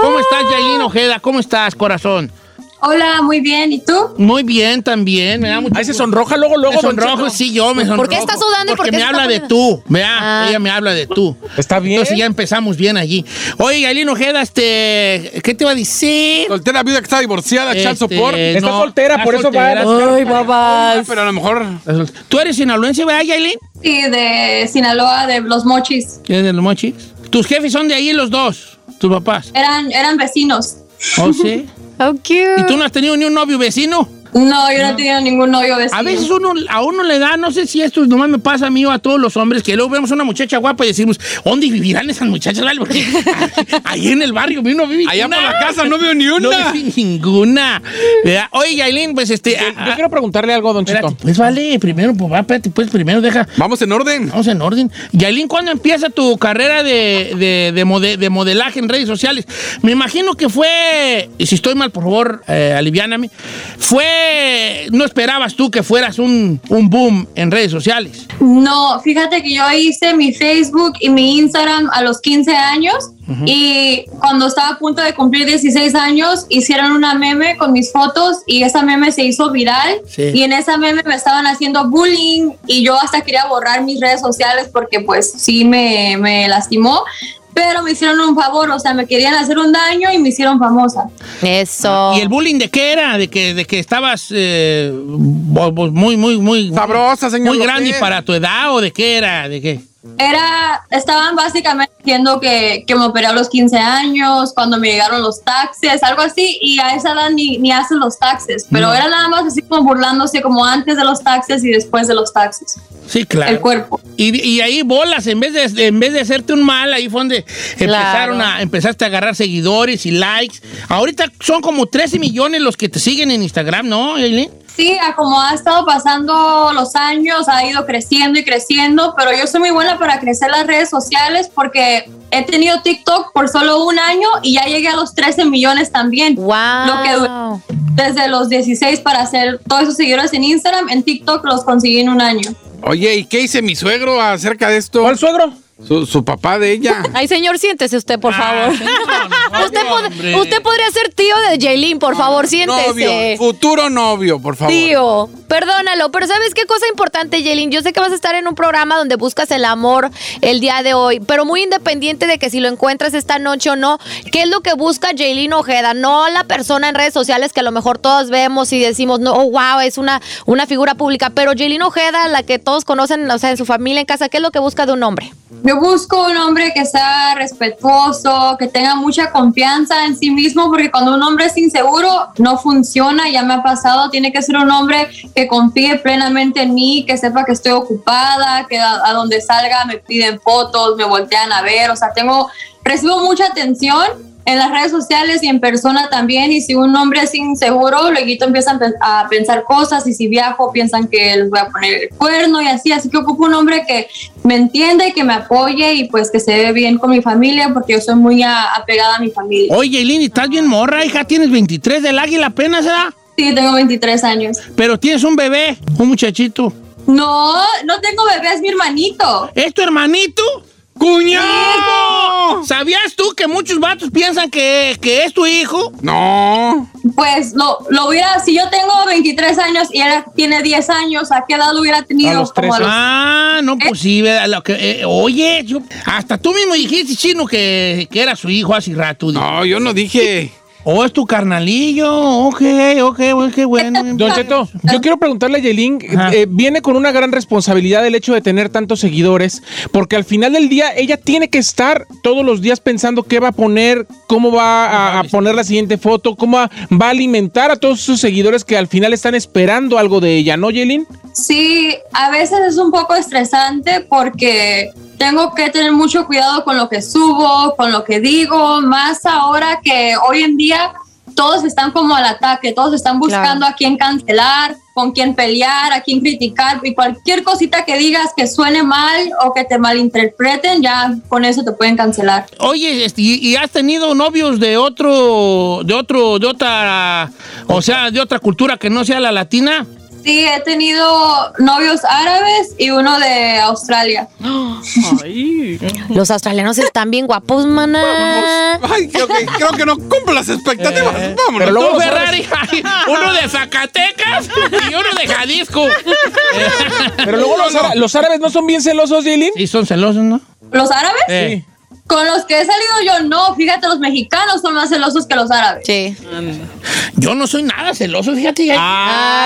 Speaker 1: ¿Cómo estás, Yailin Ojeda? ¿Cómo estás, corazón?
Speaker 8: Hola, muy bien. ¿Y tú?
Speaker 1: Muy bien también, me da mucho
Speaker 5: Ahí se
Speaker 1: gusto.
Speaker 5: sonroja luego, luego.
Speaker 1: Me
Speaker 5: don
Speaker 1: sonrojo,
Speaker 5: Cheto.
Speaker 1: sí, yo me sonrojo.
Speaker 2: ¿Por qué está sudando y por
Speaker 1: Porque
Speaker 2: qué
Speaker 1: me
Speaker 2: se
Speaker 1: habla
Speaker 2: está
Speaker 1: de tú, vea,
Speaker 2: Ah.
Speaker 1: ella me habla de tú.
Speaker 5: Está bien.
Speaker 1: Entonces ya empezamos bien allí. Oye, Yailin Ojeda, este, ¿qué te iba a decir?
Speaker 3: Soltera viuda que está divorciada, echar
Speaker 1: Este,
Speaker 3: support.
Speaker 5: Está soltera, por eso va Oh. a
Speaker 1: soltera.
Speaker 5: buscar
Speaker 2: Ay, babas.
Speaker 3: Pero a lo mejor.
Speaker 1: ¿Tú eres sinaloense, verdad, Yailin?
Speaker 8: Sí, de Sinaloa, de Los Mochis.
Speaker 1: ¿Eres de los mochis? Tus jefes son de ahí los dos, tus papás.
Speaker 2: Eh.
Speaker 8: Eran, eran vecinos.
Speaker 1: ¿Oh, sí?
Speaker 2: How cute.
Speaker 1: ¿Y tú no has tenido ni un novio vecino?
Speaker 8: No, yo no he tenido ningún novio vecino.
Speaker 1: A veces uno, a uno le da, no sé si esto nomás me pasa a mí o a todos los hombres, que luego vemos una muchacha guapa y decimos, ¿dónde vivirán esas muchachas? vale? Porque ahí en el barrio vi no vive
Speaker 3: Allá por
Speaker 1: ninguna.
Speaker 3: la casa no veo ni
Speaker 1: No
Speaker 3: una.
Speaker 1: vi ninguna. ¿Verdad? Oye, Yailin, pues este... a-
Speaker 5: Yo
Speaker 1: a-
Speaker 5: quiero preguntarle algo a Don
Speaker 1: espérate,
Speaker 5: Cheto.
Speaker 1: pues vale, primero, pues va, espérate, pues primero deja...
Speaker 3: Vamos en orden.
Speaker 1: Vamos en orden. Yailin, ¿cuándo empieza tu carrera de, de- de mode- de modelaje en redes sociales? Me imagino que fue, y si estoy mal, por favor, eh, aliviáname, fue, no esperabas tú que fueras un, un boom en redes sociales.
Speaker 8: No, fíjate que yo hice mi Facebook y mi Instagram a los 15 años y cuando estaba a punto de cumplir 16 años hicieron una meme con mis fotos y esa meme se hizo viral
Speaker 1: Sí.
Speaker 8: y en esa meme me estaban haciendo bullying y yo hasta quería borrar mis redes sociales porque pues sí me, me lastimó. Pero me hicieron un favor, o sea, me querían hacer un daño y me hicieron famosa.
Speaker 2: Eso.
Speaker 8: Oh.
Speaker 1: ¿Y el bullying de qué era? De que, de que estabas eh, bo- bo- muy, muy, muy...
Speaker 3: Sabrosa, señor
Speaker 1: Muy grande
Speaker 3: López.
Speaker 1: para tu edad o de qué era, de qué.
Speaker 8: Era, estaban básicamente diciendo que, que me operé a los 15 años, cuando me llegaron los taxes, algo así, y a esa edad ni, ni hacen los taxes, pero era nada más así como burlándose como antes de los taxes y después de los taxes,
Speaker 1: Sí, claro.
Speaker 8: el cuerpo.
Speaker 1: Y, y ahí bolas, en vez, de, en vez de hacerte un mal, ahí fue donde empezaron a, empezaste a agarrar seguidores y likes. Ahorita son como 13 millones los que te siguen en Instagram, ¿no, Eileen?
Speaker 8: Sí, a como ha estado pasando los años, ha ido creciendo y creciendo, pero yo soy muy buena para crecer las redes sociales porque he tenido TikTok por solo un año y ya llegué a los 13 millones también.
Speaker 2: ¡Wow!
Speaker 8: Lo que du- desde los 16 para hacer todos esos seguidores en Instagram, en TikTok los conseguí en un año.
Speaker 3: Oye, ¿y qué dice mi suegro acerca de esto?
Speaker 5: ¿Cuál suegro?
Speaker 3: Su, su papá de ella.
Speaker 2: Ay, señor, siéntese usted, por favor. usted, pod- usted podría ser tío de Jaylin, por favor, siéntese.
Speaker 3: Novio, futuro novio, por favor.
Speaker 2: Tío, perdónalo, pero ¿sabes qué cosa importante, Jelin? Yo sé que vas a estar en un programa donde buscas el amor el día de hoy, pero muy independiente de que si lo encuentras esta noche o no, ¿qué es lo que busca Jelin Ojeda? No la persona en redes sociales que a lo mejor todos vemos y decimos, no, oh, wow, es una, una figura pública, pero Jelin Ojeda, la que todos conocen, o sea, en su familia, en casa, ¿qué es lo que busca de un hombre?
Speaker 8: Yo busco un hombre que sea respetuoso, que tenga mucha confianza en sí mismo, porque cuando un hombre es inseguro no funciona, ya me ha pasado, tiene que ser un hombre que confíe plenamente en mí, que sepa que estoy ocupada, que a, a donde salga me piden fotos, me voltean a ver, o sea, tengo, recibo mucha atención en las redes sociales y en persona también, y si un hombre es inseguro, luego empiezan pe- a pensar cosas, y si viajo piensan que les voy a poner el cuerno y así, así que ocupo un hombre que me entienda y que me apoye y pues que se ve bien con mi familia, porque yo soy muy a- apegada a mi familia.
Speaker 1: Oye, Eileen, ¿estás bien morra, hija? Tienes 23 del águila apenas, ¿verdad?
Speaker 8: Sí, tengo 23 años.
Speaker 1: Pero tienes un bebé, un muchachito.
Speaker 8: No, no tengo bebé, es mi hermanito.
Speaker 1: ¿Es tu hermanito? ¡Cuñado! ¿Sabías tú que muchos vatos piensan que, que es tu hijo?
Speaker 3: No.
Speaker 8: Pues lo, lo hubiera, si yo tengo 23 años y él tiene 10 años, ¿a qué edad lo hubiera tenido?
Speaker 5: A los
Speaker 8: Como a los-
Speaker 1: Ah, no, pues sí, ¿verdad? Lo que, eh, oye, yo- hasta tú mismo dijiste, chino, que, que era su hijo hace rato.
Speaker 3: No, yo no dije.
Speaker 1: Oh, es tu carnalillo. Ok, ok, bueno, qué bueno.
Speaker 5: Don Cheto, yo quiero preguntarle a Yelin,
Speaker 1: Ajá.
Speaker 5: eh, viene con una gran responsabilidad el hecho de tener tantos seguidores, porque al final del día ella tiene que estar todos los días pensando qué va a poner, cómo va a, a poner la siguiente foto, cómo va va a alimentar a todos sus seguidores que al final están esperando algo de ella, ¿no, Yelin?
Speaker 8: Sí, a veces es un poco estresante porque tengo que tener mucho cuidado con lo que subo, con lo que digo, más ahora que hoy en día todos están como al ataque, todos están buscando a quién cancelar, con quién pelear, a quién criticar y cualquier cosita que digas que suene mal o que te malinterpreten, ya con eso te pueden cancelar.
Speaker 1: Oye, este, y, y has tenido novios de otro, de otro, de otra, o sea, de otra cultura que no sea la latina?
Speaker 8: Sí, he tenido novios árabes y uno de Australia.
Speaker 2: Los australianos están bien guapos, maná.
Speaker 3: Ay, creo que, creo que no cumplo las expectativas. Vámonos.
Speaker 5: pero luego
Speaker 1: Tú,
Speaker 5: los
Speaker 1: Ferrari, ay, uno de Zacatecas y uno de Jalisco.
Speaker 5: Pero luego los, ára- los árabes no son bien celosos, Yelin.
Speaker 1: Sí, son celosos, ¿no?
Speaker 8: ¿Los árabes?
Speaker 1: Eh.
Speaker 8: Con los que he salido yo no, fíjate, los mexicanos son más celosos que los árabes.
Speaker 2: Sí.
Speaker 1: Yo no soy nada celoso, fíjate. ya-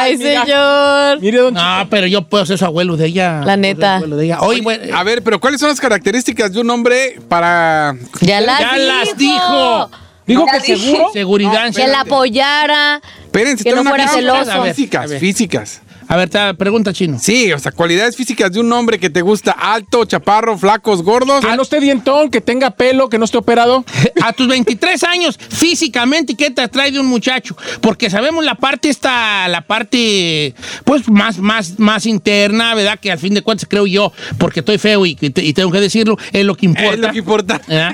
Speaker 2: Ay, señor.
Speaker 5: Mire, don
Speaker 1: No, pero yo puedo ser su abuelo de ella.
Speaker 2: La neta.
Speaker 1: Abuelo de ella. Oye, bueno, eh,
Speaker 3: A ver, pero ¿cuáles son las características de un hombre para
Speaker 2: Ya las
Speaker 1: Ya
Speaker 2: dijo.
Speaker 1: las dijo.
Speaker 5: dijo
Speaker 8: Ya
Speaker 5: que
Speaker 8: dije.
Speaker 5: seguro.
Speaker 1: seguridad.
Speaker 2: Ah, Que la apoyara.
Speaker 3: Espérense,
Speaker 2: Que
Speaker 3: tengo una
Speaker 2: no fuera
Speaker 3: pregunta.
Speaker 2: celoso.
Speaker 1: A ver,
Speaker 3: Físicas,
Speaker 1: a ver.
Speaker 3: físicas.
Speaker 1: A ver, ta- pregunta chino.
Speaker 3: Sí, o sea, cualidades físicas de un hombre que te gusta alto, chaparro, flacos, gordos.
Speaker 1: Ah,
Speaker 5: Que no esté dientón, que tenga pelo, que no esté operado.
Speaker 1: A tus 23 años, físicamente, ¿qué te atrae de un muchacho? Porque sabemos la parte esta, la parte, pues, más, más, más interna, ¿verdad? Que al fin de cuentas creo yo, porque estoy feo y, y te- y tengo que decirlo, es lo que importa.
Speaker 3: Es lo que importa.
Speaker 1: ¿verdad?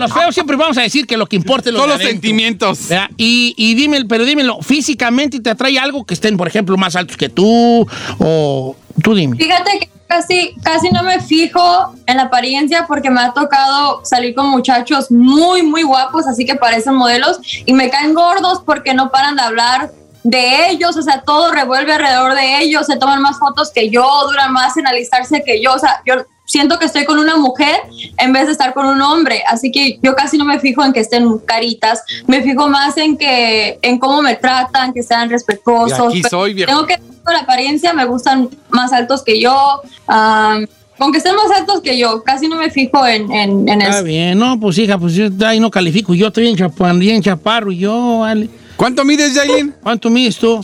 Speaker 1: Los feos siempre vamos a decir que lo que importa es lo
Speaker 3: Son
Speaker 1: de
Speaker 3: los
Speaker 1: adentro,
Speaker 3: sentimientos.
Speaker 1: ¿verdad? Y, y dímelo, pero dímelo, físicamente te atrae algo que estén, por ejemplo, más altos que tú, o tú dime.
Speaker 8: Fíjate que casi, casi no me fijo en la apariencia porque me ha tocado salir con muchachos muy, muy guapos, así que parecen modelos, y me caen gordos porque no paran de hablar de ellos, o sea, todo revuelve alrededor de ellos, se toman más fotos que yo, duran más en alistarse que yo, o sea, yo siento que estoy con una mujer en vez de estar con un hombre, así que yo casi no me fijo en que estén caritas, me fijo más en que en cómo me tratan, que sean respetuosos.
Speaker 3: Y aquí
Speaker 8: pero
Speaker 3: soy, viejo.
Speaker 8: Tengo que por apariencia me gustan más altos que yo, am, Aunque estén más altos que yo, casi no me fijo en, en, en
Speaker 1: Está
Speaker 8: eso.
Speaker 1: bien, no, pues hija, pues yo ahí no califico. Yo estoy en chaparro, bien chaparro, y yo, vale.
Speaker 3: ¿Cuánto mides, Jailin?
Speaker 1: ¿Cuánto mides tú?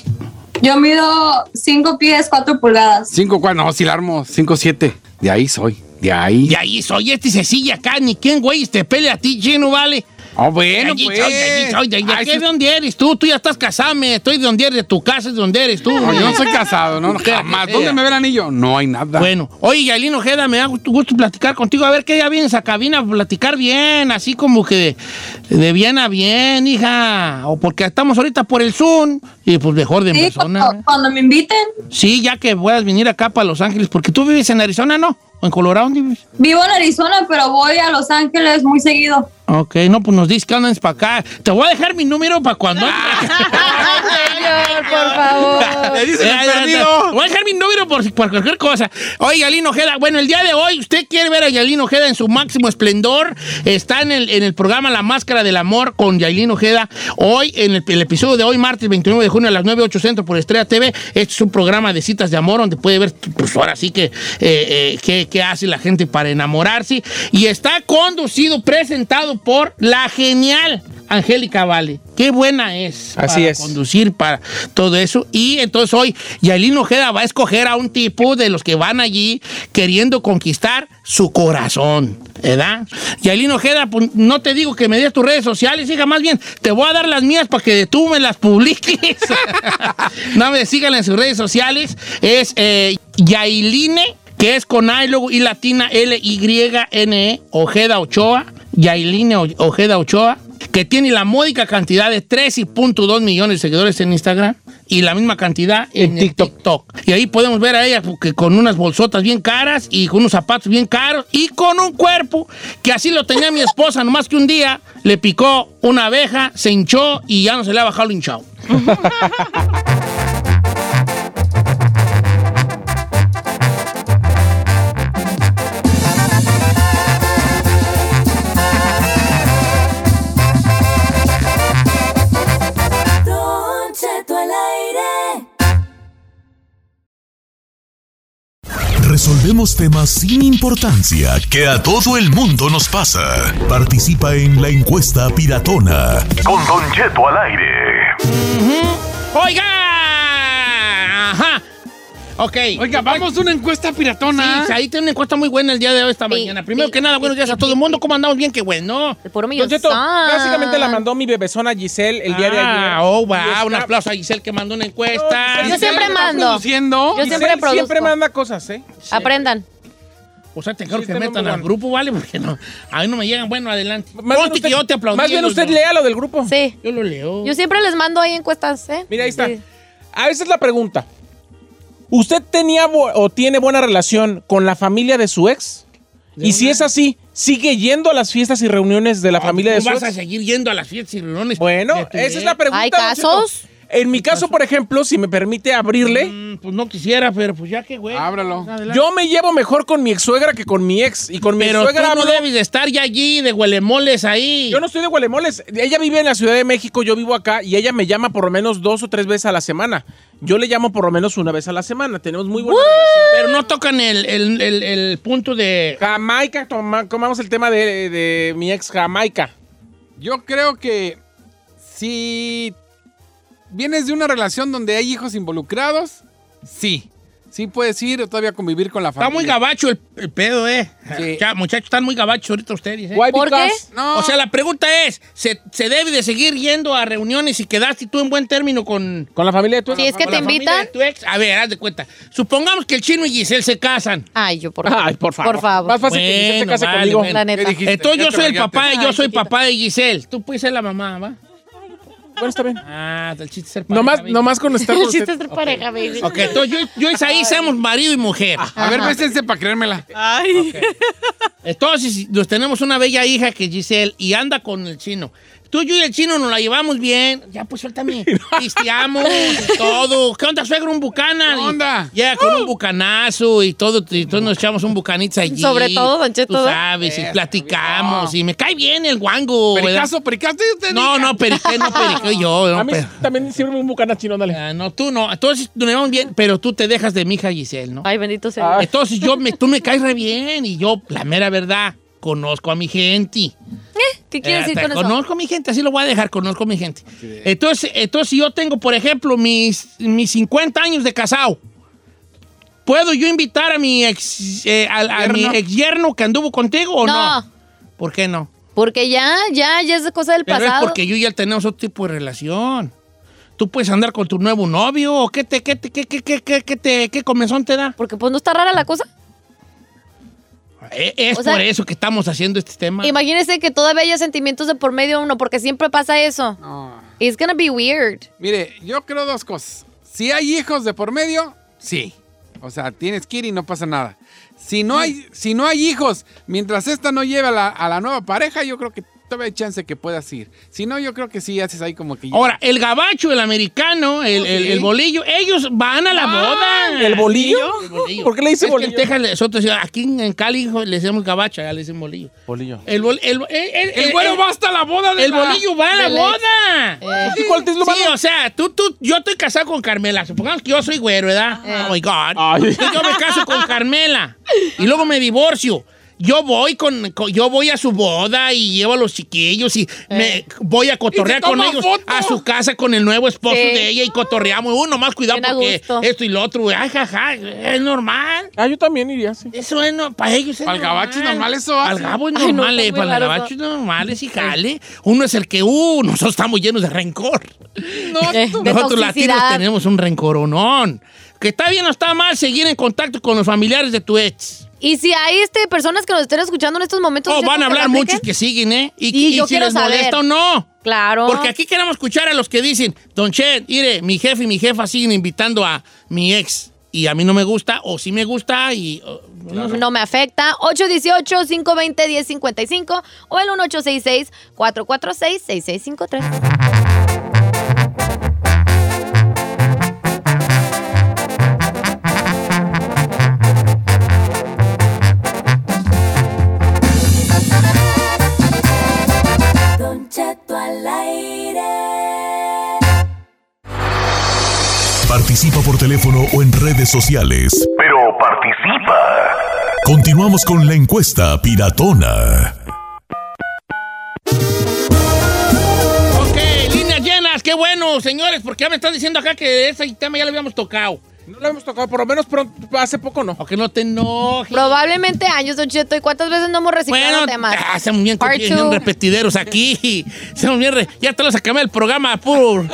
Speaker 8: Yo mido 5 pies, 4 pulgadas.
Speaker 3: Cinco, cuatro, no, si la armo, cinco, siete. De ahí soy, de ahí.
Speaker 1: Y ahí soy este Cecilia acá, ni quién, güey, te pelea a ti, chino, vale.
Speaker 3: Ah,
Speaker 1: De
Speaker 3: bueno,
Speaker 1: allí
Speaker 3: pues.
Speaker 1: soy, de allí soy, de, de
Speaker 3: Ay,
Speaker 1: aquí
Speaker 3: sí-
Speaker 1: de dónde eres tú, tú ya estás casada, me estoy de dónde eres, de tu casa es de dónde eres tú. Eh,
Speaker 3: No, yo no soy casado, no,
Speaker 1: Espera,
Speaker 3: jamás.
Speaker 1: que
Speaker 3: ¿Dónde
Speaker 1: sea.
Speaker 3: me ve el anillo? No hay nada.
Speaker 1: Bueno, oye, Yailin Ojeda, me da gusto, gusto platicar contigo. A ver qué día vienes a cabina a platicar bien, así como que de, de bien a bien, hija. O porque estamos ahorita por el Zoom y pues mejor de en
Speaker 8: Sí,
Speaker 1: persona.
Speaker 8: cuando, cuando me inviten.
Speaker 1: ¿eh? Sí, ya que puedas venir acá para Los Ángeles, porque tú vives en Arizona, ¿no? ¿O en Colorado? ¿Dónde vives?
Speaker 8: Vivo en Arizona, pero voy a Los Ángeles muy seguido.
Speaker 1: Ok, no, pues nos dices que andas para acá. Te voy a dejar mi número para cuando...
Speaker 2: Señor, por favor.
Speaker 3: Le dicen el
Speaker 1: Eh, eh,
Speaker 3: perdido.
Speaker 1: Voy a dejar mi número por, si- por cualquier cosa. Oye, Yalín Ojeda, bueno, el día de hoy usted quiere ver a Yalín Ojeda en su máximo esplendor. Está en el, en el programa La Máscara del Amor con Yalín Ojeda. Hoy, en el, el episodio de hoy, martes 29 de junio a las 9, 8 centro por Estrella TV. Este es un programa de citas de amor donde puede ver, pues ahora sí que, eh, eh, qué, qué hace la gente para enamorarse. Y está conducido, presentado por la genial Angélica Vale. Qué buena es.
Speaker 5: Así
Speaker 1: para
Speaker 5: es.
Speaker 1: conducir para todo eso. Y entonces hoy Yailin Ojeda va a escoger a un tipo de los que van allí queriendo conquistar su corazón. ¿Verdad? Yailin Ojeda, pues, no te digo que me des tus redes sociales, hija, más bien te voy a dar las mías para que tú me las publiques. no me síganla en sus redes sociales. Es eh, Yailine, que es con A y luego y latina L-Y-N-E, E, Ojeda Ochoa. Yailine O- Ojeda Ochoa que tiene la módica cantidad de 13.2 millones de seguidores en Instagram y la misma cantidad en, el TikTok. Y ahí podemos ver a ella porque con unas bolsotas bien caras y con unos zapatos bien caros y con un cuerpo que así lo tenía mi esposa, nomás que un día le picó una abeja, se hinchó y ya no se le ha bajado lo hinchado.
Speaker 7: Don Cheto al aire.
Speaker 9: Resolvemos temas sin importancia que a todo el mundo nos pasa. Participa en la encuesta piratona. Con Don Cheto al aire.
Speaker 1: ¡Oiga! Ajá. Ok.
Speaker 3: Oiga, vamos a una encuesta piratona.
Speaker 1: Sí, ahí tiene una encuesta muy buena el día de hoy, esta
Speaker 2: Sí,
Speaker 1: mañana. Primero
Speaker 2: sí,
Speaker 1: que nada, buenos
Speaker 2: sí,
Speaker 1: días a
Speaker 2: sí,
Speaker 1: todo el mundo. ¿Cómo andamos? Bien, qué bueno.
Speaker 2: El puro
Speaker 5: Don Cheto,
Speaker 2: millonzán.
Speaker 5: básicamente la mandó mi bebezona Giselle el día de ayer.
Speaker 1: Ah, oh, wow,
Speaker 5: Y está-
Speaker 1: un aplauso a Giselle que mandó una encuesta.
Speaker 5: Yo
Speaker 2: Yo
Speaker 5: Giselle,
Speaker 2: siempre
Speaker 5: ¿estás
Speaker 2: mando.
Speaker 3: produciendo?
Speaker 2: Yo
Speaker 5: Giselle
Speaker 2: siempre
Speaker 5: siempre,
Speaker 2: produzco.
Speaker 5: manda cosas, ¿eh?
Speaker 2: Aprendan.
Speaker 1: O sea, te quiero
Speaker 5: Sí,
Speaker 1: que
Speaker 5: está
Speaker 1: metan
Speaker 5: muy
Speaker 1: al
Speaker 5: bueno.
Speaker 1: grupo, ¿vale? Porque no, a mí no me llegan. Bueno, adelante.
Speaker 5: Más bien
Speaker 1: Conste que yo te aplaudí.
Speaker 5: Más bien
Speaker 1: yo
Speaker 5: usted
Speaker 1: lo-
Speaker 5: lea lo del grupo.
Speaker 2: Sí.
Speaker 1: Yo lo leo.
Speaker 2: Yo siempre les mando ahí encuestas, ¿eh?
Speaker 5: Mira, ahí está.
Speaker 2: Sí.
Speaker 5: A veces la pregunta. ¿Usted tenía bu- o tiene buena relación con la familia de su ex? Y si es así, ¿sigue yendo a las fiestas y reuniones de la
Speaker 1: No,
Speaker 5: familia de
Speaker 1: tú
Speaker 5: su
Speaker 1: Ah, vas a
Speaker 5: ex?
Speaker 1: seguir yendo a las fiestas y reuniones.
Speaker 5: Bueno,
Speaker 1: de tu
Speaker 5: esa es
Speaker 1: ex.
Speaker 5: la pregunta.
Speaker 2: ¿Hay
Speaker 5: don Cheto.
Speaker 2: casos?
Speaker 5: En mi caso, por ejemplo, si me permite abrirle,
Speaker 1: Mm, pues no quisiera, pero pues ya que, güey.
Speaker 3: Ábralo.
Speaker 1: Adelante.
Speaker 5: yo me llevo mejor con mi ex suegra que con mi ex. Y con mi ex
Speaker 1: pero tú
Speaker 5: suegra
Speaker 1: no debes de estar ya allí de huelemoles ahí.
Speaker 5: Yo no estoy de Gualemoles. Ella vive en la Ciudad de México, yo vivo acá y ella me llama por lo menos dos o tres veces a la semana. Yo le llamo por lo menos una vez a la semana. Tenemos muy buena relación.
Speaker 1: Pero no tocan el, el- el- el punto de...
Speaker 5: Jamaica, toma- comamos el tema de, de mi ex Jamaica.
Speaker 3: Yo creo que si vienes de una relación donde hay hijos involucrados, sí. Sí puedes ir o todavía convivir con la
Speaker 1: Está
Speaker 3: familia.
Speaker 1: muy gabacho el, el pedo, ¿eh?
Speaker 3: Sí.
Speaker 1: Ya, muchachos, están muy gabachos ahorita ustedes, ¿eh?
Speaker 5: Why
Speaker 2: ¿Por qué?
Speaker 5: because-
Speaker 3: No,
Speaker 1: O sea, la pregunta es, ¿se, se debe de seguir yendo a reuniones y quedaste tú en buen término con...
Speaker 5: Con la familia de tu ex.
Speaker 2: Si es que
Speaker 1: con
Speaker 2: te
Speaker 1: la familia
Speaker 2: invitan.
Speaker 1: de tu ex? A ver, haz de cuenta. Supongamos que el chino y Giselle se casan.
Speaker 2: Ay, yo por
Speaker 5: Ay, por favor.
Speaker 2: Por favor.
Speaker 5: Más fácil que Giselle se
Speaker 1: Bueno,
Speaker 5: case
Speaker 1: vale,
Speaker 5: conmigo.
Speaker 1: bueno.
Speaker 2: La neta.
Speaker 3: ¿Qué dijiste?
Speaker 1: Entonces
Speaker 3: Ya
Speaker 1: yo
Speaker 3: te
Speaker 1: soy el
Speaker 3: rayaste.
Speaker 1: papá, yo
Speaker 2: Ay,
Speaker 1: soy
Speaker 2: chiquita.
Speaker 1: papá de Giselle. Tú puedes ser la mamá, ¿va?
Speaker 5: Bueno, está bien.
Speaker 1: Ah, el chiste es ser pareja,
Speaker 5: Nomás,
Speaker 1: baby.
Speaker 5: nomás con estar con
Speaker 2: El chiste
Speaker 5: usted.
Speaker 2: es ser pareja, baby.
Speaker 1: Ok, entonces yo, yo y Isaí somos marido y mujer.
Speaker 3: A ver, bésense para creérmela.
Speaker 4: Ay.
Speaker 1: Entonces nos tenemos una bella hija que es Giselle y anda con el chino. Tú, yo y el chino nos la llevamos bien. Ya, pues suéltame. Pisteamos y todo. ¿Qué onda, suegro? Un bucana.
Speaker 3: ¿Qué onda? Uh.
Speaker 1: Ya, con un bucanazo y todo. Y todos nos echamos un bucanitza allí.
Speaker 2: Sobre todo, Don
Speaker 1: Tú
Speaker 2: Cheto, ¿verdad?
Speaker 1: sabes, y platicamos. Y me cae bien el guango. ¿verdad?
Speaker 3: Pericazo, pericazo, y usted
Speaker 1: No,
Speaker 3: diga.
Speaker 1: no, periqué, no periqué yo. No,
Speaker 5: A mí
Speaker 1: per-
Speaker 5: también sirve un bucana chino, dale.
Speaker 1: Ah, no, tú no. Entonces, nos llevamos bien, pero tú te dejas de mi hija Giselle, ¿no?
Speaker 2: Ay, bendito sea.
Speaker 5: Ay.
Speaker 1: Entonces yo me, tú me caes re bien y yo, la mera verdad, conozco a mi gente.
Speaker 2: ¿Qué
Speaker 1: Eh,
Speaker 2: quieres decir con eso?
Speaker 1: Conozco a mi gente, así lo voy a dejar, conozco a mi gente. Entonces, entonces yo tengo, por ejemplo, mis, mis 50 años de casado. ¿Puedo yo invitar a mi ex eh, al- a, mi
Speaker 3: Yerno.
Speaker 1: ex yerno que anduvo contigo o no?
Speaker 2: No.
Speaker 1: ¿Por qué no?
Speaker 2: Porque ya, ya, ya es cosa del
Speaker 1: Pero es
Speaker 2: pasado.
Speaker 1: porque yo y él tenemos otro tipo de relación. Tú puedes andar con tu nuevo novio o qué te, qué te, qué, qué, qué, qué, qué te, qué comezón te da.
Speaker 2: Porque pues no está rara la cosa.
Speaker 1: Eh, Es
Speaker 2: O sea-
Speaker 1: por eso que estamos haciendo este tema.
Speaker 2: Imagínense que todavía haya sentimientos de por medio uno, porque siempre pasa eso.
Speaker 3: No.
Speaker 2: It's gonna be weird.
Speaker 3: Mire, yo creo dos cosas. Si hay hijos de por medio, sí. O sea, tienes que ir y no pasa nada. Si no hay, si no hay hijos, mientras esta no lleve a la, a la nueva pareja, yo creo que todavía hay chance que puedas ir. Si no, yo creo que sí haces ahí como que... ya-
Speaker 1: Ahora, el gabacho, el americano, el, el- el bolillo, ellos van a la boda.
Speaker 5: Ah, ¿El bolillo?
Speaker 1: El bolillo.
Speaker 5: ¿Por qué le dice
Speaker 1: Es que
Speaker 5: bolillo?
Speaker 1: en Texas, nosotros, aquí en, en Cali hijo, le decimos gabacho, allá le dicen bolillo.
Speaker 5: Bolillo.
Speaker 1: El, bol- el, el, el-
Speaker 3: El güero
Speaker 1: el-
Speaker 3: va hasta la boda de
Speaker 1: eh, el
Speaker 3: la-
Speaker 1: bolillo va a la
Speaker 2: del ex.
Speaker 1: boda.
Speaker 2: Eh,
Speaker 5: ¿Y cuál es lo malo?
Speaker 1: Sí, o sea, tú, tú, yo estoy casado con Carmela. Supongamos que yo soy güero, ¿verdad? Oh my God.
Speaker 5: Ay.
Speaker 1: Entonces yo me caso con Carmela y luego me divorcio. Yo voy con, con- yo voy a su boda y llevo a los chiquillos y me voy a cotorrear
Speaker 3: Y se
Speaker 1: con
Speaker 3: toma
Speaker 1: ellos
Speaker 3: foto.
Speaker 1: a su casa con el nuevo esposo
Speaker 2: Sí.
Speaker 1: de ella y cotorreamos. Uno más cuidado
Speaker 2: Bien a
Speaker 1: porque
Speaker 2: gusto.
Speaker 1: esto y lo otro. Ay, jaja, es normal.
Speaker 5: Ah, yo también iría, sí.
Speaker 1: Eso es no, para ellos es
Speaker 3: Pa'l gabacho es normal eso, ¿ah?
Speaker 1: Para el gabo es
Speaker 2: Ay, no,
Speaker 1: normal,
Speaker 2: está
Speaker 1: eh,
Speaker 2: muy
Speaker 1: para el
Speaker 2: raro
Speaker 1: gabacho es normal, es y jale. Uno es el que, uh, nosotros estamos llenos de rencor.
Speaker 2: eh, de
Speaker 1: Nosotros latinos
Speaker 2: toxicidad.
Speaker 1: tenemos un rencoronón. Que está bien o está mal seguir en contacto con los familiares de tu ex.
Speaker 2: Y si hay este, personas que nos estén escuchando en estos momentos.
Speaker 1: Oh,
Speaker 2: ¿sí
Speaker 1: van a
Speaker 2: que
Speaker 1: hablar
Speaker 2: lo
Speaker 1: muchos
Speaker 2: apliquen?
Speaker 1: que siguen, ¿eh? Y,
Speaker 2: Y
Speaker 1: y
Speaker 2: yo
Speaker 1: si
Speaker 2: quiero
Speaker 1: les
Speaker 2: saber.
Speaker 1: molesta o no.
Speaker 2: Claro.
Speaker 1: Porque aquí queremos escuchar a los que dicen, Don Che, mire, mi jefe y mi jefa siguen invitando a mi ex y a mí no me gusta, o sí me gusta y... o- no sé.
Speaker 2: No me afecta. 818-520-1055 o el 1866-446-6653.
Speaker 7: Don Cheto al aire.
Speaker 9: Participa por teléfono o en redes sociales.
Speaker 6: Pero participa.
Speaker 9: Continuamos con la encuesta piratona.
Speaker 1: Ok, líneas llenas, qué bueno, señores, porque ya me están diciendo acá que ese tema ya lo habíamos tocado.
Speaker 5: No lo hemos tocado, por lo menos pronto- hace poco no.
Speaker 1: O que no te enojes.
Speaker 2: Probablemente años, Don Cheto. ¿Y cuántas veces no hemos reciclado
Speaker 1: Bueno,
Speaker 2: temas?
Speaker 1: ah, somos bien,
Speaker 2: Part
Speaker 1: cochinos,
Speaker 2: two.
Speaker 1: bien repetideros aquí. Somos bien re- ya te lo sacamos del programa, puro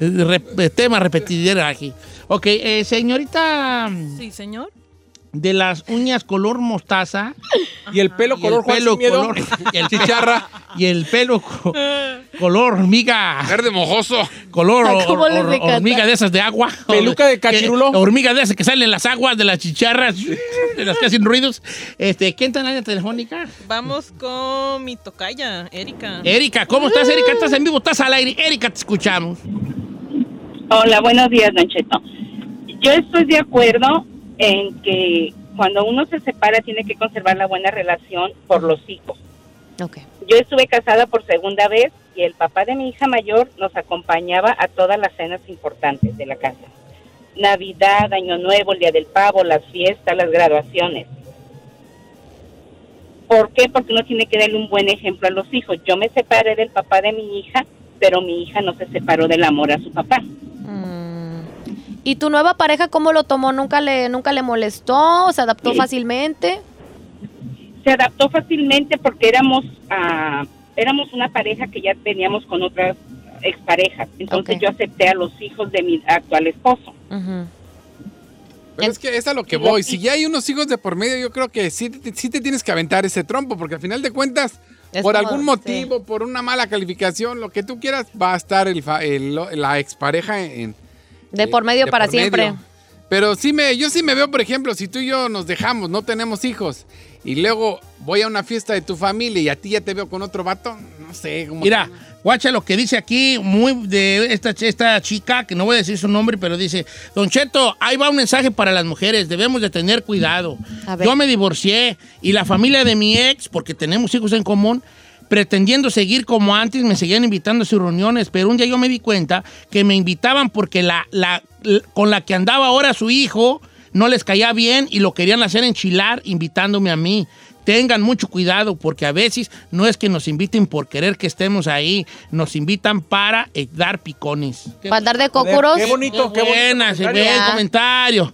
Speaker 1: re- eh, tema repetidero aquí. Ok, eh, señorita
Speaker 4: Sí, señor.
Speaker 1: de las uñas color mostaza.
Speaker 5: Y el pelo
Speaker 1: y
Speaker 5: color
Speaker 1: el
Speaker 5: Juan
Speaker 1: pelo
Speaker 5: sin miedo.
Speaker 1: color y el chicharra. Y el pelo co- color hormiga.
Speaker 3: Verde mojoso.
Speaker 1: Color
Speaker 2: Ay, cómo
Speaker 1: hor-
Speaker 2: les
Speaker 1: hor-
Speaker 2: encanta.
Speaker 1: hormiga de esas de agua.
Speaker 5: Peluca de cachirulo.
Speaker 1: Que- hormiga de esas que salen las aguas de las chicharras, de las que hacen ruidos. Este, ¿Quién está en la línea telefónica?
Speaker 4: Vamos con mi tocaya, Erika.
Speaker 1: Erika, ¿cómo estás, Erika? ¿Estás en vivo? ¿Estás al aire? Erika, te escuchamos.
Speaker 10: Hola, buenos días, Don Cheto. Yo estoy de acuerdo en que cuando uno se separa tiene que conservar la buena relación por los hijos.
Speaker 2: Ok.
Speaker 10: Yo estuve casada por segunda vez y el papá de mi hija mayor nos acompañaba a todas las cenas importantes de la casa. Navidad, Año Nuevo, el Día del Pavo, las fiestas, las graduaciones. ¿Por qué? Porque uno tiene que darle un buen ejemplo a los hijos. Yo me separé del papá de mi hija, pero mi hija no se separó del amor a su papá.
Speaker 2: Mm. ¿Y tu nueva pareja cómo lo tomó? ¿Nunca le, nunca le molestó? ¿Se adaptó
Speaker 10: Sí.
Speaker 2: fácilmente?
Speaker 10: se adaptó fácilmente porque éramos ah, éramos una pareja que ya teníamos con otras exparejas. Entonces
Speaker 2: Ok.
Speaker 10: yo acepté a los hijos de mi actual esposo.
Speaker 2: Ujú.
Speaker 3: Pero es que es a lo que voy. Si ya hay unos hijos de por medio, yo creo que sí, te- sí te tienes que aventar ese trompo, porque al final de cuentas,
Speaker 2: Es
Speaker 3: por
Speaker 2: como-
Speaker 3: algún motivo, por una mala calificación, lo que tú quieras, va a estar el, fa- el- lo- la expareja en... eh,
Speaker 2: De por medio
Speaker 3: de
Speaker 2: para
Speaker 3: por
Speaker 2: siempre.
Speaker 3: medio. Pero sí me, yo sí me veo, por ejemplo, si tú y yo nos dejamos, no tenemos hijos, y luego voy a una fiesta de tu familia y a ti ya te veo con otro vato, no sé. como
Speaker 1: Mira, Guacha lo que dice aquí, muy de esta, esta chica, que no voy a decir su nombre, pero dice, Don Cheto, ahí va un mensaje para las mujeres, debemos de tener cuidado.
Speaker 2: A ver.
Speaker 1: Yo me divorcié y la familia de mi ex, porque tenemos hijos en común, pretendiendo seguir como antes, me seguían invitando a sus reuniones, pero un día yo me di cuenta que me invitaban porque la, la- la- con la que andaba ahora su hijo no les caía bien y lo querían hacer enchilar invitándome a mí. Tengan mucho cuidado porque a veces no es que nos inviten por querer que estemos ahí, nos invitan para eh, dar picones.
Speaker 2: Para andar de cocoros.
Speaker 5: Qué bonito, qué bonito.
Speaker 1: Buenas,
Speaker 5: comentario.
Speaker 1: buen
Speaker 2: Ya.
Speaker 1: comentario.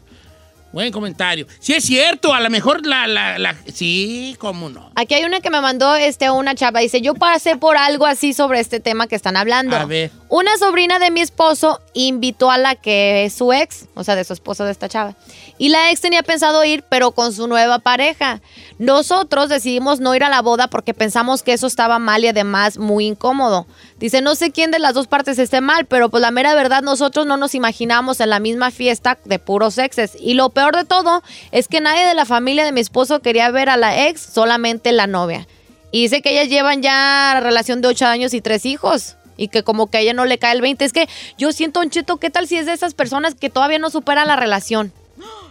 Speaker 1: Buen comentario. Sí es cierto, a lo mejor la, la, la- sí, cómo no.
Speaker 2: Aquí hay una que me mandó este, una chava. Dice, yo pasé por algo así sobre este tema que están hablando.
Speaker 1: A ver.
Speaker 2: Una sobrina de mi esposo invitó a la que es su ex, o sea, de su esposo de esta chava. Y la ex tenía pensado ir, pero con su nueva pareja. Nosotros decidimos no ir a la boda porque pensamos que eso estaba mal y además muy incómodo. Dice, no sé quién de las dos partes esté mal, pero pues la mera verdad nosotros no nos imaginamos en la misma fiesta de puros exes. Y lo peor de todo es que nadie de la familia de mi esposo quería ver a la ex, solamente la novia. Y dice que ellas llevan ya relación de ocho años y tres hijos. Y que como que a ella no le cae el 20. Es que yo siento, un Cheto, ¿qué tal si es de esas personas que todavía no supera la relación?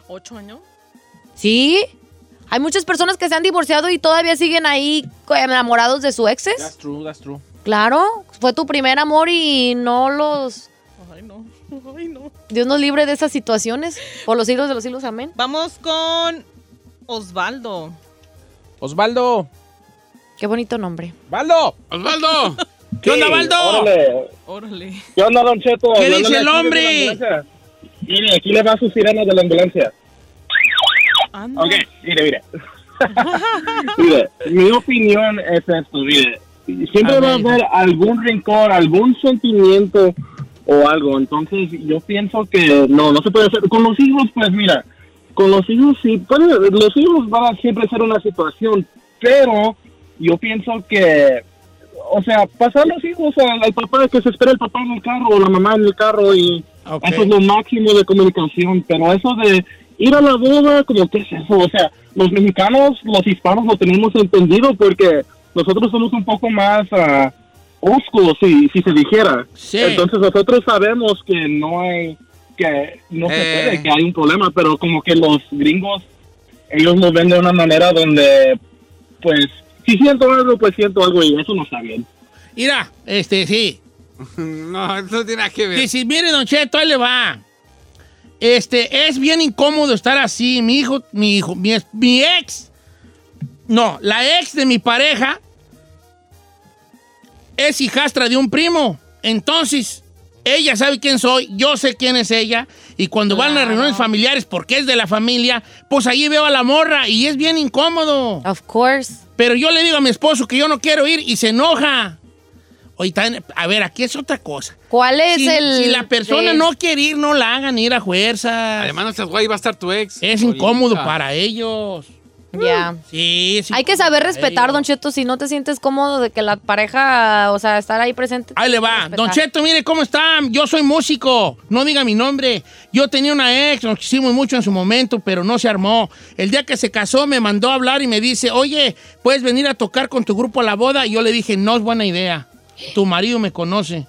Speaker 4: ¿Ocho años?
Speaker 2: ¿Sí? Hay muchas personas que se han divorciado y todavía siguen ahí co- enamorados de su exes.
Speaker 5: That's true, that's true.
Speaker 2: Claro, fue tu primer amor y no los...
Speaker 4: Ay, no. Ay, no.
Speaker 2: Dios nos libre de esas situaciones. Por los siglos de los siglos, amén.
Speaker 4: Vamos con Osvaldo.
Speaker 5: Osvaldo,
Speaker 2: Qué bonito nombre.
Speaker 5: Osvaldo.
Speaker 3: Osvaldo.
Speaker 1: ¿Qué onda, Baldo?
Speaker 6: Órale.
Speaker 4: Órale.
Speaker 6: ¿Qué onda, Don Cheto?
Speaker 1: ¿Qué
Speaker 6: Yo
Speaker 1: dice
Speaker 6: le-
Speaker 1: el
Speaker 6: aquí
Speaker 1: hombre?
Speaker 6: de la ambulancia. Mire, aquí le va su sirena de la ambulancia.
Speaker 4: Anda.
Speaker 6: Ok, mire, mire. mire, mi opinión es esto, mire. Siempre
Speaker 1: A
Speaker 6: va a
Speaker 1: ver.
Speaker 6: haber algún rincón, algún sentimiento o algo. Entonces, yo pienso que no, no se puede hacer. Con los hijos, pues mira, con los hijos sí, puede- los hijos van a siempre ser una situación, pero yo pienso que, o sea, pasar los hijos al, al papá, que se espera el papá en el carro o la mamá en el carro y
Speaker 1: Ok.
Speaker 6: eso es lo máximo de comunicación, pero eso de ir a la boda, como que es eso, o sea, los mexicanos, los hispanos lo tenemos entendido porque nosotros somos un poco más ah, oscuros, si, si se dijera.
Speaker 1: Sí.
Speaker 6: Entonces nosotros sabemos que no hay, que no se
Speaker 3: Eh.
Speaker 6: puede, que hay un problema, pero como que los gringos, ellos lo ven de una manera donde, pues, si siento algo, pues siento algo y eso no está bien.
Speaker 1: Mira, este, sí.
Speaker 3: No, eso no tiene nada que ver.
Speaker 1: Dice, mire, don Cheto, ahí le va. Este, es bien incómodo estar así. Mi hijo, mi hijo, mi, es- mi ex. No, la ex de mi pareja es hijastra de un primo. Entonces, ella sabe quién soy, yo sé quién es ella. Y cuando van a las reuniones familiares, porque es de la familia, pues ahí veo a la morra y es bien incómodo.
Speaker 2: Of course.
Speaker 1: Pero yo le digo a mi esposo que yo no quiero ir y se enoja. Oye, también- a ver, aquí es otra cosa.
Speaker 2: ¿Cuál es
Speaker 1: Si,
Speaker 2: el...?
Speaker 1: si la persona
Speaker 2: Sí.
Speaker 1: no quiere ir, no la hagan ir a fuerza.
Speaker 3: Además, no seas güey, va a estar tu ex.
Speaker 1: es incómodo
Speaker 3: Ahorita.
Speaker 1: para ellos.
Speaker 2: Ya.
Speaker 1: Sí, es
Speaker 2: Hay que
Speaker 1: incómodo
Speaker 2: saber
Speaker 1: para
Speaker 2: respetar,
Speaker 1: ellos.
Speaker 2: Don Cheto, si no te sientes cómodo de que la pareja, o sea, estar ahí presente.
Speaker 1: Ahí le va.
Speaker 2: respetar.
Speaker 1: Don Cheto, mire cómo está. Yo soy músico. No diga mi nombre. Yo tenía una ex, nos quisimos mucho en su momento, pero no se armó. El día que se casó me mandó a hablar y me dice, oye, ¿puedes venir a tocar con tu grupo a la boda? Y yo le dije, no es buena idea. Tu marido me conoce.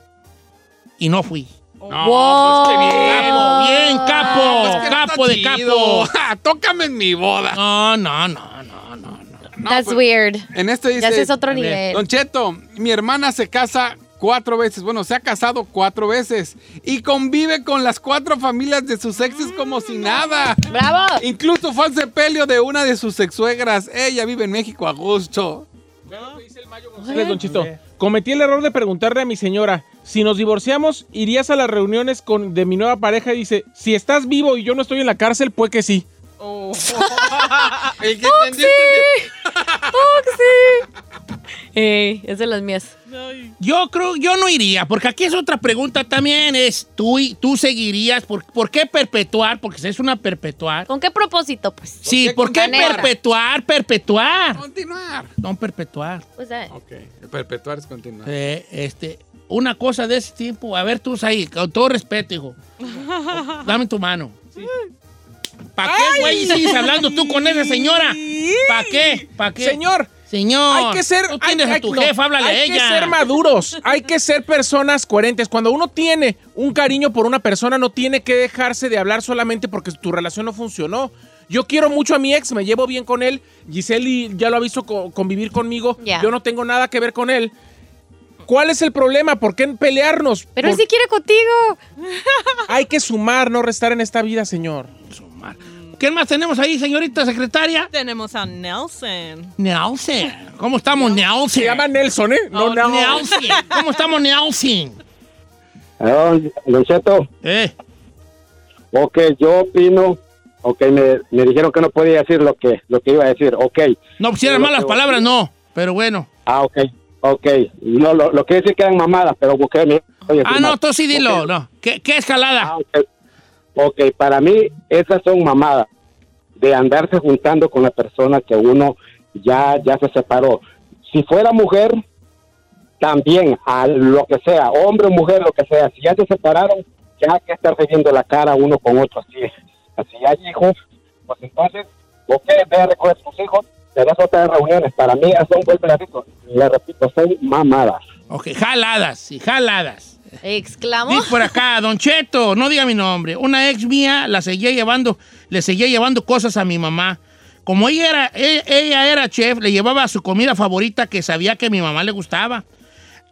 Speaker 1: Y no fui.
Speaker 3: No,
Speaker 2: Wow.
Speaker 3: pues qué bien.
Speaker 1: Capo, bien, capo,
Speaker 3: Ah, pues, que no
Speaker 1: capo
Speaker 3: está
Speaker 1: de
Speaker 3: chido.
Speaker 1: capo.
Speaker 3: Ja, Tócame en mi boda.
Speaker 1: No, no, no, no, no. no.
Speaker 3: No,
Speaker 2: That's
Speaker 3: pues,
Speaker 2: weird.
Speaker 3: En este dice.
Speaker 2: Ya ese es otro
Speaker 1: a ver,
Speaker 2: nivel.
Speaker 3: Don Cheto, mi hermana se casa cuatro veces. Bueno, se ha casado cuatro veces. Y convive con las cuatro familias de sus exes como
Speaker 2: Mm.
Speaker 3: si nada.
Speaker 2: ¡Bravo!
Speaker 3: Incluso fue al sepelio de una de sus exsuegras. Ella vive en México a gusto.
Speaker 5: Ustedes, Don Chito. Cometí el error de preguntarle a mi señora, si nos divorciamos, ¿irías a las reuniones con, de mi nueva pareja? Y dice, si estás vivo y yo no estoy en la cárcel, pues que sí.
Speaker 4: Oh.
Speaker 3: El que entendiste-
Speaker 2: Ey, es de las mías.
Speaker 4: Ay.
Speaker 1: Yo creo, yo no iría, porque aquí es otra pregunta también, es tú, y- tú seguirías, por, ¿por qué perpetuar? Porque es una perpetuar.
Speaker 2: ¿Con qué propósito, pues?
Speaker 1: Sí,
Speaker 3: qué
Speaker 1: ¿por qué
Speaker 2: continuar?
Speaker 1: perpetuar, perpetuar?
Speaker 3: Continuar.
Speaker 1: No perpetuar.
Speaker 2: Pues, eh,
Speaker 3: Ok. Perpetuar es continuar.
Speaker 1: Eh, este, una cosa de ese tipo, a ver tú, ahí, con todo respeto, hijo. Dame tu mano. ¿Para qué, güey, sigues hablando tú con esa señora? ¿Para qué? ¿Para qué?
Speaker 5: Señor,
Speaker 1: Señor,
Speaker 5: hay que ser,
Speaker 1: tú
Speaker 5: hay,
Speaker 1: tienes a
Speaker 5: hay-
Speaker 1: tu
Speaker 5: no,
Speaker 1: jefa, háblale
Speaker 5: hay
Speaker 1: a ella.
Speaker 5: que ser maduros, hay que ser personas coherentes. Cuando uno tiene un cariño por una persona, no tiene que dejarse de hablar solamente porque tu relación no funcionó. Yo quiero mucho a mi ex, me llevo bien con él. Giselle y- ya lo ha visto co- convivir conmigo.
Speaker 2: Ya.
Speaker 5: Yo no tengo nada que ver con él. ¿Cuál es el problema? ¿Por qué pelearnos?
Speaker 2: Pero él
Speaker 5: Por-
Speaker 2: sí quiere contigo.
Speaker 5: Hay que sumar, no restar en esta vida, señor.
Speaker 1: ¿Quién más tenemos ahí, señorita secretaria?
Speaker 4: Tenemos a Nelson.
Speaker 1: Nelson. ¿Cómo estamos, Nelson?
Speaker 5: Se llama Nelson, ¿eh? No,
Speaker 4: Oh,
Speaker 5: no.
Speaker 1: Nelson. ¿Cómo estamos, Nelson?
Speaker 6: Ah, Don Cheto,
Speaker 1: Eh,
Speaker 6: ok, yo opino, ok, me, me dijeron que no podía decir lo que, lo que iba a decir, ok,
Speaker 1: no, si eran
Speaker 6: Yo lo
Speaker 1: malas
Speaker 6: que-
Speaker 1: palabras, no. Pero bueno.
Speaker 6: ah, ok, ok, no, lo, lo que decir que eran mamadas, pero busqué mi... oye,
Speaker 10: Este
Speaker 1: Ah,
Speaker 6: sí,
Speaker 1: no,
Speaker 6: mal.
Speaker 1: tú sí dilo. No. ¿Qué, qué
Speaker 6: Ah,
Speaker 1: escalada?
Speaker 6: ok. ok, para mí esas son mamadas de andarse juntando con la persona que uno ya, ya se separó. Si fuera mujer, también, a lo que sea, hombre o mujer, lo que sea, si ya se separaron, ya hay que estar viendo la cara uno con otro así. Así hay hijos, pues entonces, ok, ve a recoger tus hijos, te das otras reuniones. Para mí esas son, vuelvo y le repito, pues, le repito, son mamadas.
Speaker 1: Ok, jaladas, sí, jaladas.
Speaker 2: Exclamó.
Speaker 1: Dice por acá, Don Cheto, no diga mi nombre. Una ex mía la seguía llevando, le seguía llevando cosas a mi mamá. Como ella era, e- ella era chef, le llevaba su comida favorita que sabía que a mi mamá le gustaba.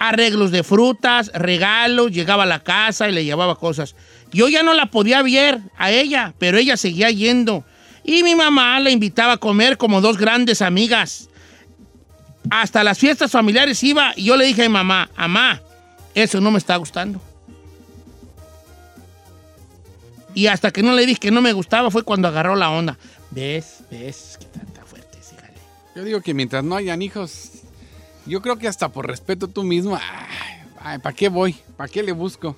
Speaker 1: Arreglos de frutas, regalos, llegaba a la casa y le llevaba cosas. Yo ya no la podía ver a ella, pero ella seguía yendo. Y mi mamá la invitaba a comer como dos grandes amigas hasta las fiestas familiares iba y yo le dije a mi mamá, mamá, eso no me está gustando. Y hasta que no le dije que no me gustaba fue cuando agarró la onda. ¿Ves? ¿Ves? Qué tanta fuerte ese jale.
Speaker 3: Yo digo que mientras no hayan hijos, yo creo que hasta por respeto tú mismo, ay, ¿para qué voy? ¿Para qué le busco?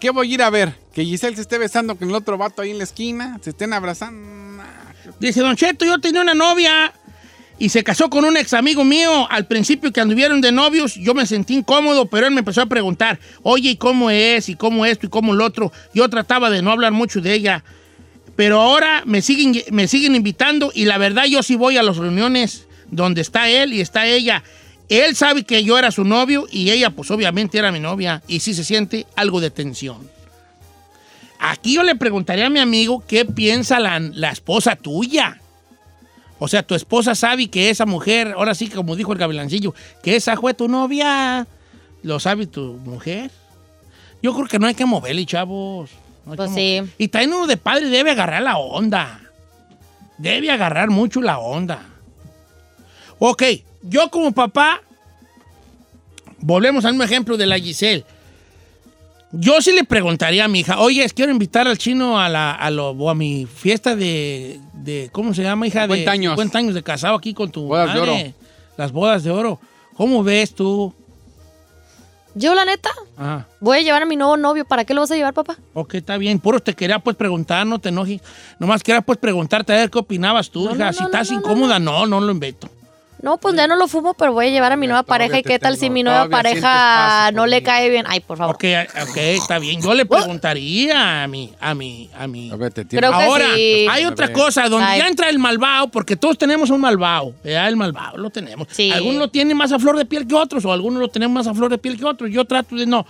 Speaker 3: ¿Qué voy a ir a ver? Que Giselle se esté besando con el otro vato ahí en la esquina, se estén abrazando. nah.
Speaker 1: Dice, Don Cheto, yo tenía una novia y se casó con un ex amigo mío. Al principio que anduvieron de novios, yo me sentí incómodo, pero él me empezó a preguntar, oye, ¿y cómo es? ¿Y cómo esto? ¿Y cómo lo otro? Yo trataba de no hablar mucho de ella. Pero ahora me siguen, me siguen invitando y la verdad yo sí voy a las reuniones donde está él y está ella. Él sabe que yo era su novio y ella pues obviamente era mi novia y sí se siente algo de tensión. Aquí yo le preguntaría a mi amigo qué piensa la, la esposa tuya. O sea, tu esposa sabe que esa mujer, ahora sí, como dijo el gavilancillo, que esa fue tu novia. ¿Lo sabe tu mujer? Yo creo que no hay que moverle, chavos. No hay
Speaker 2: Pues
Speaker 1: que
Speaker 2: sí.
Speaker 1: mover- Y también uno de padre debe agarrar la onda. Debe agarrar mucho la onda. Ok, yo como papá, volvemos al mismo ejemplo de la Giselle. Yo sí le preguntaría a mi hija, oye, quiero invitar al chino a, la, a, lo- o a mi fiesta de, de- ¿cómo se llama, hija?
Speaker 3: 50
Speaker 1: de
Speaker 3: años.
Speaker 1: 50 años de casado aquí con tu
Speaker 3: Bodas de
Speaker 1: madre.
Speaker 3: oro.
Speaker 1: Las bodas de oro. ¿Cómo ves tú?
Speaker 2: Yo, la neta,
Speaker 1: Ah,
Speaker 2: voy a llevar a mi nuevo novio. ¿Para qué lo vas a llevar, papá?
Speaker 1: ok, está bien. Puro te quería pues preguntar, no te enojes. Nomás quería pues preguntarte a ver qué opinabas tú,
Speaker 2: No,
Speaker 1: hija.
Speaker 2: no,
Speaker 1: si
Speaker 2: no,
Speaker 1: estás
Speaker 2: no, no,
Speaker 1: incómoda, no, no, lo invito.
Speaker 2: No, pues ya no lo fumo, pero voy a llevar a mi nueva
Speaker 3: Todavía
Speaker 2: pareja. ¿Y
Speaker 3: te
Speaker 2: qué tal
Speaker 3: tengo,
Speaker 2: si mi nueva
Speaker 3: todavía sientes
Speaker 2: pareja
Speaker 3: paso
Speaker 2: no
Speaker 3: por
Speaker 2: le
Speaker 3: mí.
Speaker 2: cae bien? Ay, por favor.
Speaker 1: Ok, ok, está bien. Yo le preguntaría a mi, a mi, a mi.
Speaker 3: A ver, te
Speaker 2: Creo que
Speaker 1: Ahora,
Speaker 2: sí.
Speaker 1: hay
Speaker 3: A
Speaker 1: otra
Speaker 3: ver.
Speaker 1: cosa, donde
Speaker 2: Ay.
Speaker 1: ya entra el malvado, porque todos tenemos un malvado, ¿verdad? El malvado lo tenemos.
Speaker 2: Sí.
Speaker 1: Algunos lo tienen más a flor de piel que otros, o algunos lo tenemos más a flor de piel que otros. Yo trato de no.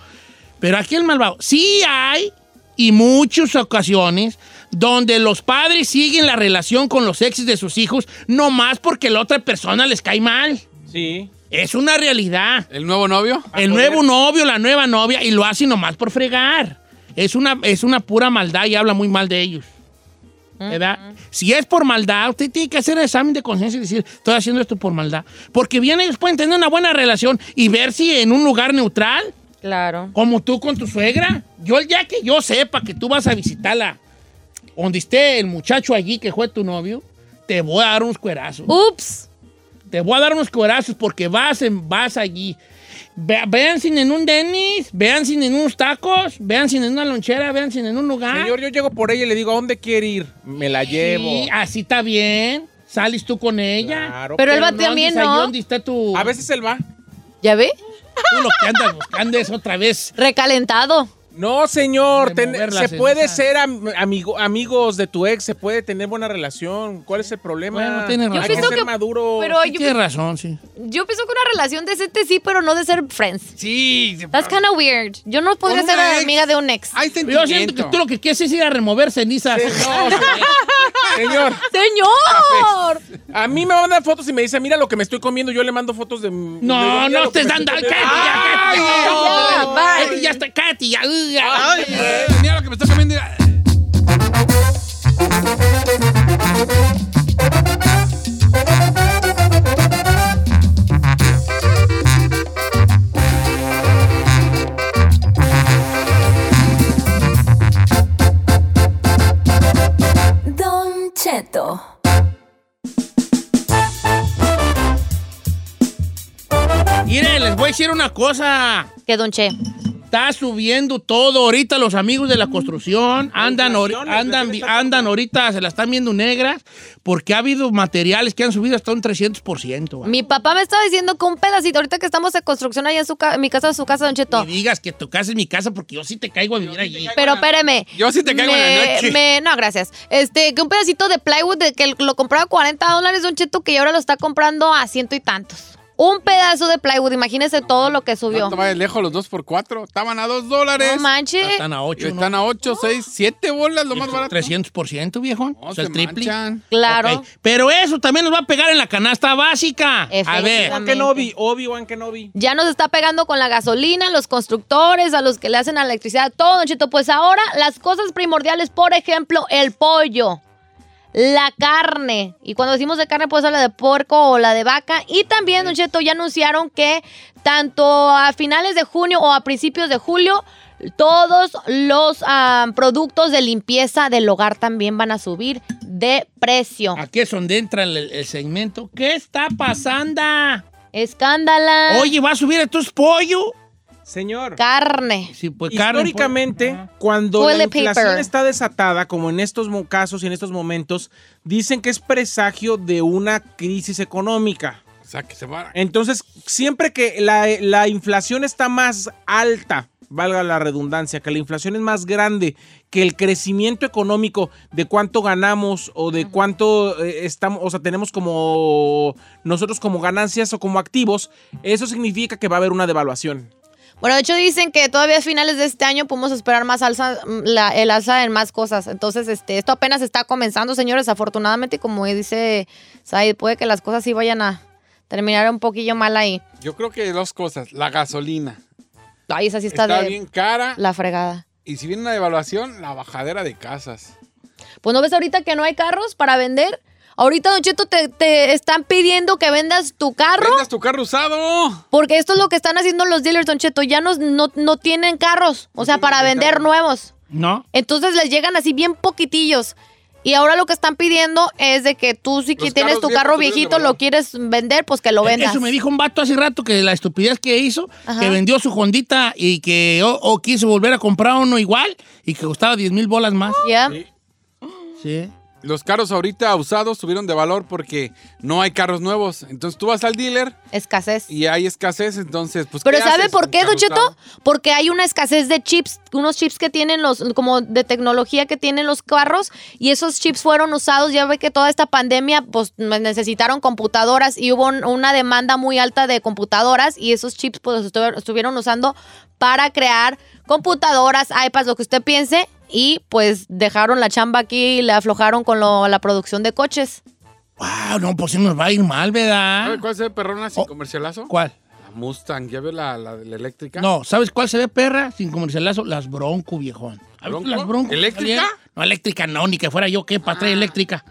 Speaker 1: Pero aquí el malvado, sí hay, y muchas ocasiones, donde los padres siguen la relación con los exes de sus hijos, no más porque la otra persona les cae mal.
Speaker 5: Sí.
Speaker 1: Es una realidad.
Speaker 3: ¿El nuevo novio?
Speaker 5: Ah.
Speaker 1: El nuevo novio, la nueva novia, y lo hacen nomás por fregar. Es una, es una pura maldad y habla muy mal de ellos. ¿Verdad? Si es por maldad, usted tiene que hacer el examen de conciencia y decir, estoy haciendo esto por maldad. Porque bien ellos pueden tener una buena relación y ver si en un lugar neutral,
Speaker 2: Claro.
Speaker 1: como tú con tu suegra, yo el día que yo sepa que tú vas a visitarla, donde esté el muchacho allí que fue tu novio, te voy a dar unos cuerazos
Speaker 2: Ups.
Speaker 1: te voy a dar unos cuerazos porque vas, en, vas allí. Ve- vean sin en un denis, vean sin en unos tacos, vean sin en una lonchera, vean sin en un lugar.
Speaker 5: Señor, yo llego por ella y le digo, ¿a dónde quiere ir? Me la llevo.
Speaker 1: Sí, así está bien. Sales tú con ella.
Speaker 5: Claro,
Speaker 2: Pero él va
Speaker 1: No
Speaker 2: también,
Speaker 1: andes ahí
Speaker 2: ¿no?
Speaker 1: donde está tu,
Speaker 5: A veces él va.
Speaker 2: ¿Ya ve?
Speaker 1: tú lo que andas buscando es otra vez
Speaker 2: Recalentado.
Speaker 5: No, señor,
Speaker 1: De
Speaker 5: ten-
Speaker 1: mover la
Speaker 5: se
Speaker 1: ceniza.
Speaker 5: puede ser am- amigo, amigos de tu ex, se puede tener buena relación. ¿Cuál es el problema?
Speaker 1: Bueno, tienes razón.
Speaker 5: Hay que
Speaker 2: pienso
Speaker 5: ser
Speaker 2: que-
Speaker 5: maduro.
Speaker 2: pero yo,
Speaker 1: Tienes razón, sí.
Speaker 2: yo pienso que una relación decente sí, pero no de ser friends.
Speaker 3: Sí, se-
Speaker 2: That's kind of weird. Yo no podría
Speaker 3: Con una
Speaker 2: ser
Speaker 3: ex. Ah,
Speaker 2: amiga de un ex.
Speaker 3: hay sentimiento.
Speaker 1: Yo siento que tú lo que quieres es ir a remover cenizas.
Speaker 5: No,
Speaker 2: ah.
Speaker 5: señor,
Speaker 3: ah,
Speaker 2: ¡Señor!
Speaker 3: pues.
Speaker 5: a mí me mandan fotos y me dicen, mira lo que me estoy comiendo, yo le mando fotos de...
Speaker 1: No, no estés dando. ¡Cállate
Speaker 5: Ah,
Speaker 1: ya! cállate ya.
Speaker 2: no.
Speaker 1: Cállate ya, está- cállate ya. uy, ya.
Speaker 3: Eh, Mira lo que me está comiendo. mira.
Speaker 7: Don Cheto.
Speaker 1: Miren, les voy a decir una cosa.
Speaker 2: Que don Che.
Speaker 1: Está subiendo todo ahorita los amigos de la construcción. Andan, ori- andan, vi- andan ahorita, se la están viendo negras, porque ha habido materiales que han subido hasta un 300%. va.
Speaker 2: Mi papá me estaba diciendo que un pedacito, ahorita que estamos en construcción allá en, su ca- en mi casa, su casa, don Cheto.
Speaker 1: Ni digas que tu casa es mi casa, porque yo sí te caigo a vivir allí.
Speaker 2: Pero espéreme.
Speaker 3: Yo sí te caigo en la
Speaker 2: Me-
Speaker 3: noche.
Speaker 2: me- no, gracias. Este, que un pedacito de plywood de que lo compraba 40 dólares de un cheto que ahora lo está comprando a ciento y tantos. Un pedazo de plywood, imagínese todo lo que subió.
Speaker 3: No te vayas lejos los dos por cuatro. Estaban a dos dólares.
Speaker 2: No manches.
Speaker 1: Están a 8,
Speaker 3: Están a ocho, seis, siete bolas, lo más barato.
Speaker 1: 300%, viejón.
Speaker 3: No,
Speaker 1: o sea,
Speaker 3: se
Speaker 1: el triple.
Speaker 3: manchan.
Speaker 2: Claro.
Speaker 1: Ok, Pero eso también nos va a pegar en la canasta básica. A ver.
Speaker 2: Efectivamente.
Speaker 5: Kenobi, Obi-Wan Kenobi.
Speaker 2: Ya nos está pegando con la gasolina, los constructores, a los que le hacen a la electricidad, todo, Don Cheto. Pues ahora, las cosas primordiales, por ejemplo, el pollo, la carne. Y cuando decimos de carne, pues la de puerco o la de vaca. Y también, Don Cheto, ya anunciaron que tanto a finales de junio o a principios de julio, todos los ah, productos de limpieza del hogar también van a subir de precio.
Speaker 1: Aquí es donde entra el, el segmento. ¿Qué está pasando?
Speaker 2: Ah. Escándala.
Speaker 1: Oye, ¿va a subir estos pollo?
Speaker 5: Señor.
Speaker 2: Carne.
Speaker 1: Sí, pues, carne, pues.
Speaker 5: Históricamente, cuando la
Speaker 2: Toilet
Speaker 5: inflación
Speaker 2: paper.
Speaker 5: está desatada, como en estos mo- casos y en estos momentos, dicen que es presagio de una crisis económica.
Speaker 3: O sea, que se va.
Speaker 5: Entonces, siempre que la, la inflación está más alta, valga la redundancia, que la inflación es más grande que el crecimiento económico de cuánto ganamos o de cuánto eh, estamos, o sea, tenemos como nosotros como ganancias o como activos, eso significa que va a haber una devaluación.
Speaker 2: Bueno, de hecho dicen que todavía a finales de este año podemos esperar más alza, mm, la- el alza en más cosas. Entonces, este, esto apenas está comenzando, señores. Afortunadamente, como dice Said, puede que las cosas sí vayan a terminar un poquillo mal ahí.
Speaker 3: Yo creo que dos cosas. La gasolina.
Speaker 2: Ay, esa sí está,
Speaker 3: Está,
Speaker 2: de
Speaker 3: bien cara.
Speaker 2: la fregada.
Speaker 3: Y si viene una devaluación, la bajadera de casas.
Speaker 2: Pues no ves ahorita que no hay carros para vender. Ahorita, Don Cheto, te, te están pidiendo que vendas tu carro.
Speaker 3: ¿Vendas tu carro usado?
Speaker 2: Porque esto es lo que están haciendo los dealers, Don Cheto. Ya no, no, no tienen carros. O sea, para vender nuevos.
Speaker 1: No.
Speaker 2: Entonces les llegan así bien poquitillos. Y ahora lo que están pidiendo es de que tú si
Speaker 3: Los
Speaker 2: que tienes tu
Speaker 3: carros viejos
Speaker 2: carro
Speaker 3: tuvieron
Speaker 2: viejito,
Speaker 3: de
Speaker 2: lo
Speaker 3: valor.
Speaker 2: quieres vender, pues que lo vendas.
Speaker 1: E-, Eso me dijo un vato hace rato que la estupidez que hizo,
Speaker 2: Ajá.
Speaker 1: que vendió su Hondita y que o, o quiso volver a comprar uno igual y que costaba 10 mil bolas más.
Speaker 2: Ya.
Speaker 1: Sí.
Speaker 3: Los carros ahorita usados subieron de valor porque no hay carros nuevos. Entonces tú vas al dealer
Speaker 2: Escasez.
Speaker 3: y hay escasez, entonces pues
Speaker 2: Pero
Speaker 3: ¿qué
Speaker 2: ¿sabe
Speaker 3: haces
Speaker 2: por
Speaker 3: con
Speaker 2: qué,
Speaker 3: carro
Speaker 2: Don Cheto?
Speaker 3: usado?
Speaker 2: Porque hay una escasez de chips, unos chips que tienen los, como de tecnología que tienen los carros, y esos chips fueron usados, ya ve que toda esta pandemia, pues necesitaron computadoras y hubo un- una demanda muy alta de computadoras, y esos chips pues los estu- estuvieron usando para crear computadoras, iPads, lo que usted piense, y pues dejaron la chamba aquí y le aflojaron con lo- la producción de coches.
Speaker 1: Wow, no, pues sí nos va a ir mal,
Speaker 3: ¿Sabe
Speaker 1: ¿verdad?
Speaker 3: cuál es el perrón sin
Speaker 1: Oh.
Speaker 3: comercialazo?
Speaker 1: ¿Cuál?
Speaker 3: La Mustang, ¿ya vio la, la, la eléctrica?
Speaker 1: No, ¿sabes cuál se ve perra sin comercialazo? Las Bronco, viejón. ¿Has visto
Speaker 3: ¿Bronco?
Speaker 1: Las Bronco.
Speaker 3: ¿Eléctrica? Ah.
Speaker 1: No, eléctrica no, ni que fuera yo, ¿qué? Para traer eléctrica.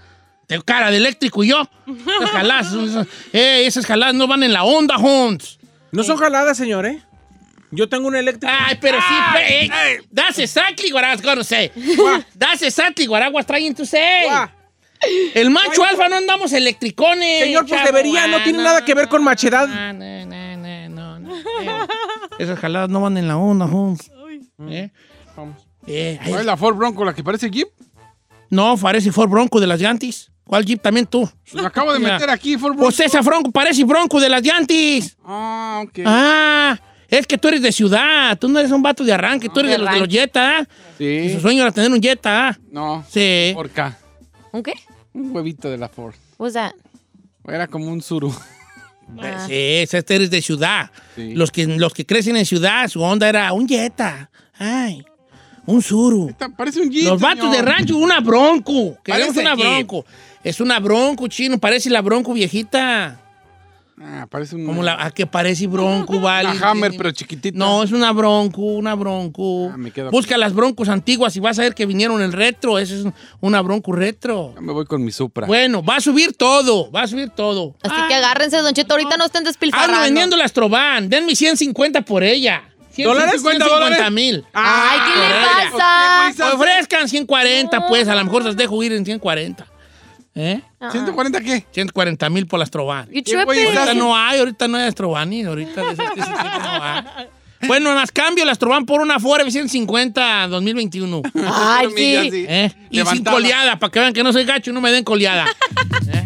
Speaker 1: Tengo cara de eléctrico y yo. Esas jaladas, esas- eh, esas jaladas no van en la onda, Hons.
Speaker 5: No son jaladas, señor, ¿eh? Yo tengo una eléctrica.
Speaker 1: Ay, pero sí, pero, eh, that's exactly what I was gonna say. That's exactly what I was trying to say.
Speaker 5: Guau.
Speaker 1: El macho alfa no andamos electricones.
Speaker 5: Señor, pues
Speaker 1: chavo.
Speaker 5: debería, no
Speaker 1: Ah,
Speaker 5: tiene nada que ver con machedad.
Speaker 1: No, no, no, no, no, no. Eh, Esas jaladas no van en la onda, Holmes. Eh, eh, ay,
Speaker 3: ¿Cuál es la Ford Bronco, la que parece Jeep? Pues
Speaker 1: no, parece Ford Bronco de las Yantis. ¿Cuál Jeep también tú? Pues
Speaker 3: Lo acabo de
Speaker 1: Mira.
Speaker 3: meter aquí, Ford Bronco.
Speaker 1: Pues esa Bronco parece Bronco de las Yantis.
Speaker 3: Ah, ok.
Speaker 1: Ah, Es que tú eres de ciudad, tú no eres un vato de arranque, tú eres de, los de los Jetta. ¿ah? Y su sueño era tener un Jetta. ¿ah?
Speaker 3: No.
Speaker 1: Sí.
Speaker 3: Porca.
Speaker 2: ¿Un qué?
Speaker 3: Un huevito de la Ford.
Speaker 2: What's that?
Speaker 3: Era como un suru.
Speaker 2: Ah.
Speaker 1: Sí, ese este eres de ciudad. Los, que, los que crecen en ciudad, su onda era un Jetta. Ay, un Suru.
Speaker 3: Parece un jeep,
Speaker 1: Los vatos
Speaker 3: señor.
Speaker 1: de rancho, una bronco. Queremos
Speaker 3: Parece
Speaker 1: una
Speaker 3: Jeep.
Speaker 1: bronco. Es una bronco, chino. Parece la bronco viejita.
Speaker 3: Ah, parece un...
Speaker 1: Como la a que parece bronco, vale.
Speaker 3: Una Hammer, pero chiquitita.
Speaker 1: No, es una bronco, una bronco.
Speaker 3: Ah, me quedo
Speaker 1: Busca las broncos antiguas y vas a ver que vinieron el retro. Esa es una bronco retro.
Speaker 3: Ya Me voy con mi Supra.
Speaker 1: Bueno, va a subir todo, va a subir todo.
Speaker 2: Así que agárrense, Don Cheto, ahorita no
Speaker 1: Ah,
Speaker 2: estén
Speaker 1: Ando
Speaker 2: despilfarrando.
Speaker 1: vendiendo las Trovan. Denme 150 por ella.
Speaker 5: ¿Dólares?
Speaker 1: 150
Speaker 5: ¿Dólares? Ah,
Speaker 1: mil.
Speaker 2: Ay, ¿qué
Speaker 1: por
Speaker 2: le
Speaker 1: ella.
Speaker 2: pasa?
Speaker 1: Pues, Ofrezcan 140, pues. A lo mejor las dejo ir en 140. ¿Eh?
Speaker 3: ¿140 qué?
Speaker 1: 140 mil por las Trovan.
Speaker 2: You
Speaker 3: ¿Qué güey
Speaker 2: tripping.
Speaker 3: estás?
Speaker 1: Ahorita no hay, ahorita no hay Astrobani, ahorita de esas que se tienen, no hay. Bueno, las cambio, las Astroban por una Ford F-150 2021.
Speaker 2: Ay,
Speaker 3: Pero mira,
Speaker 2: sí.
Speaker 3: sí.
Speaker 1: ¿eh? Y sin
Speaker 3: Levantada.
Speaker 1: coleada, para que vean que no soy gacho, no me den coleada. ¿Eh?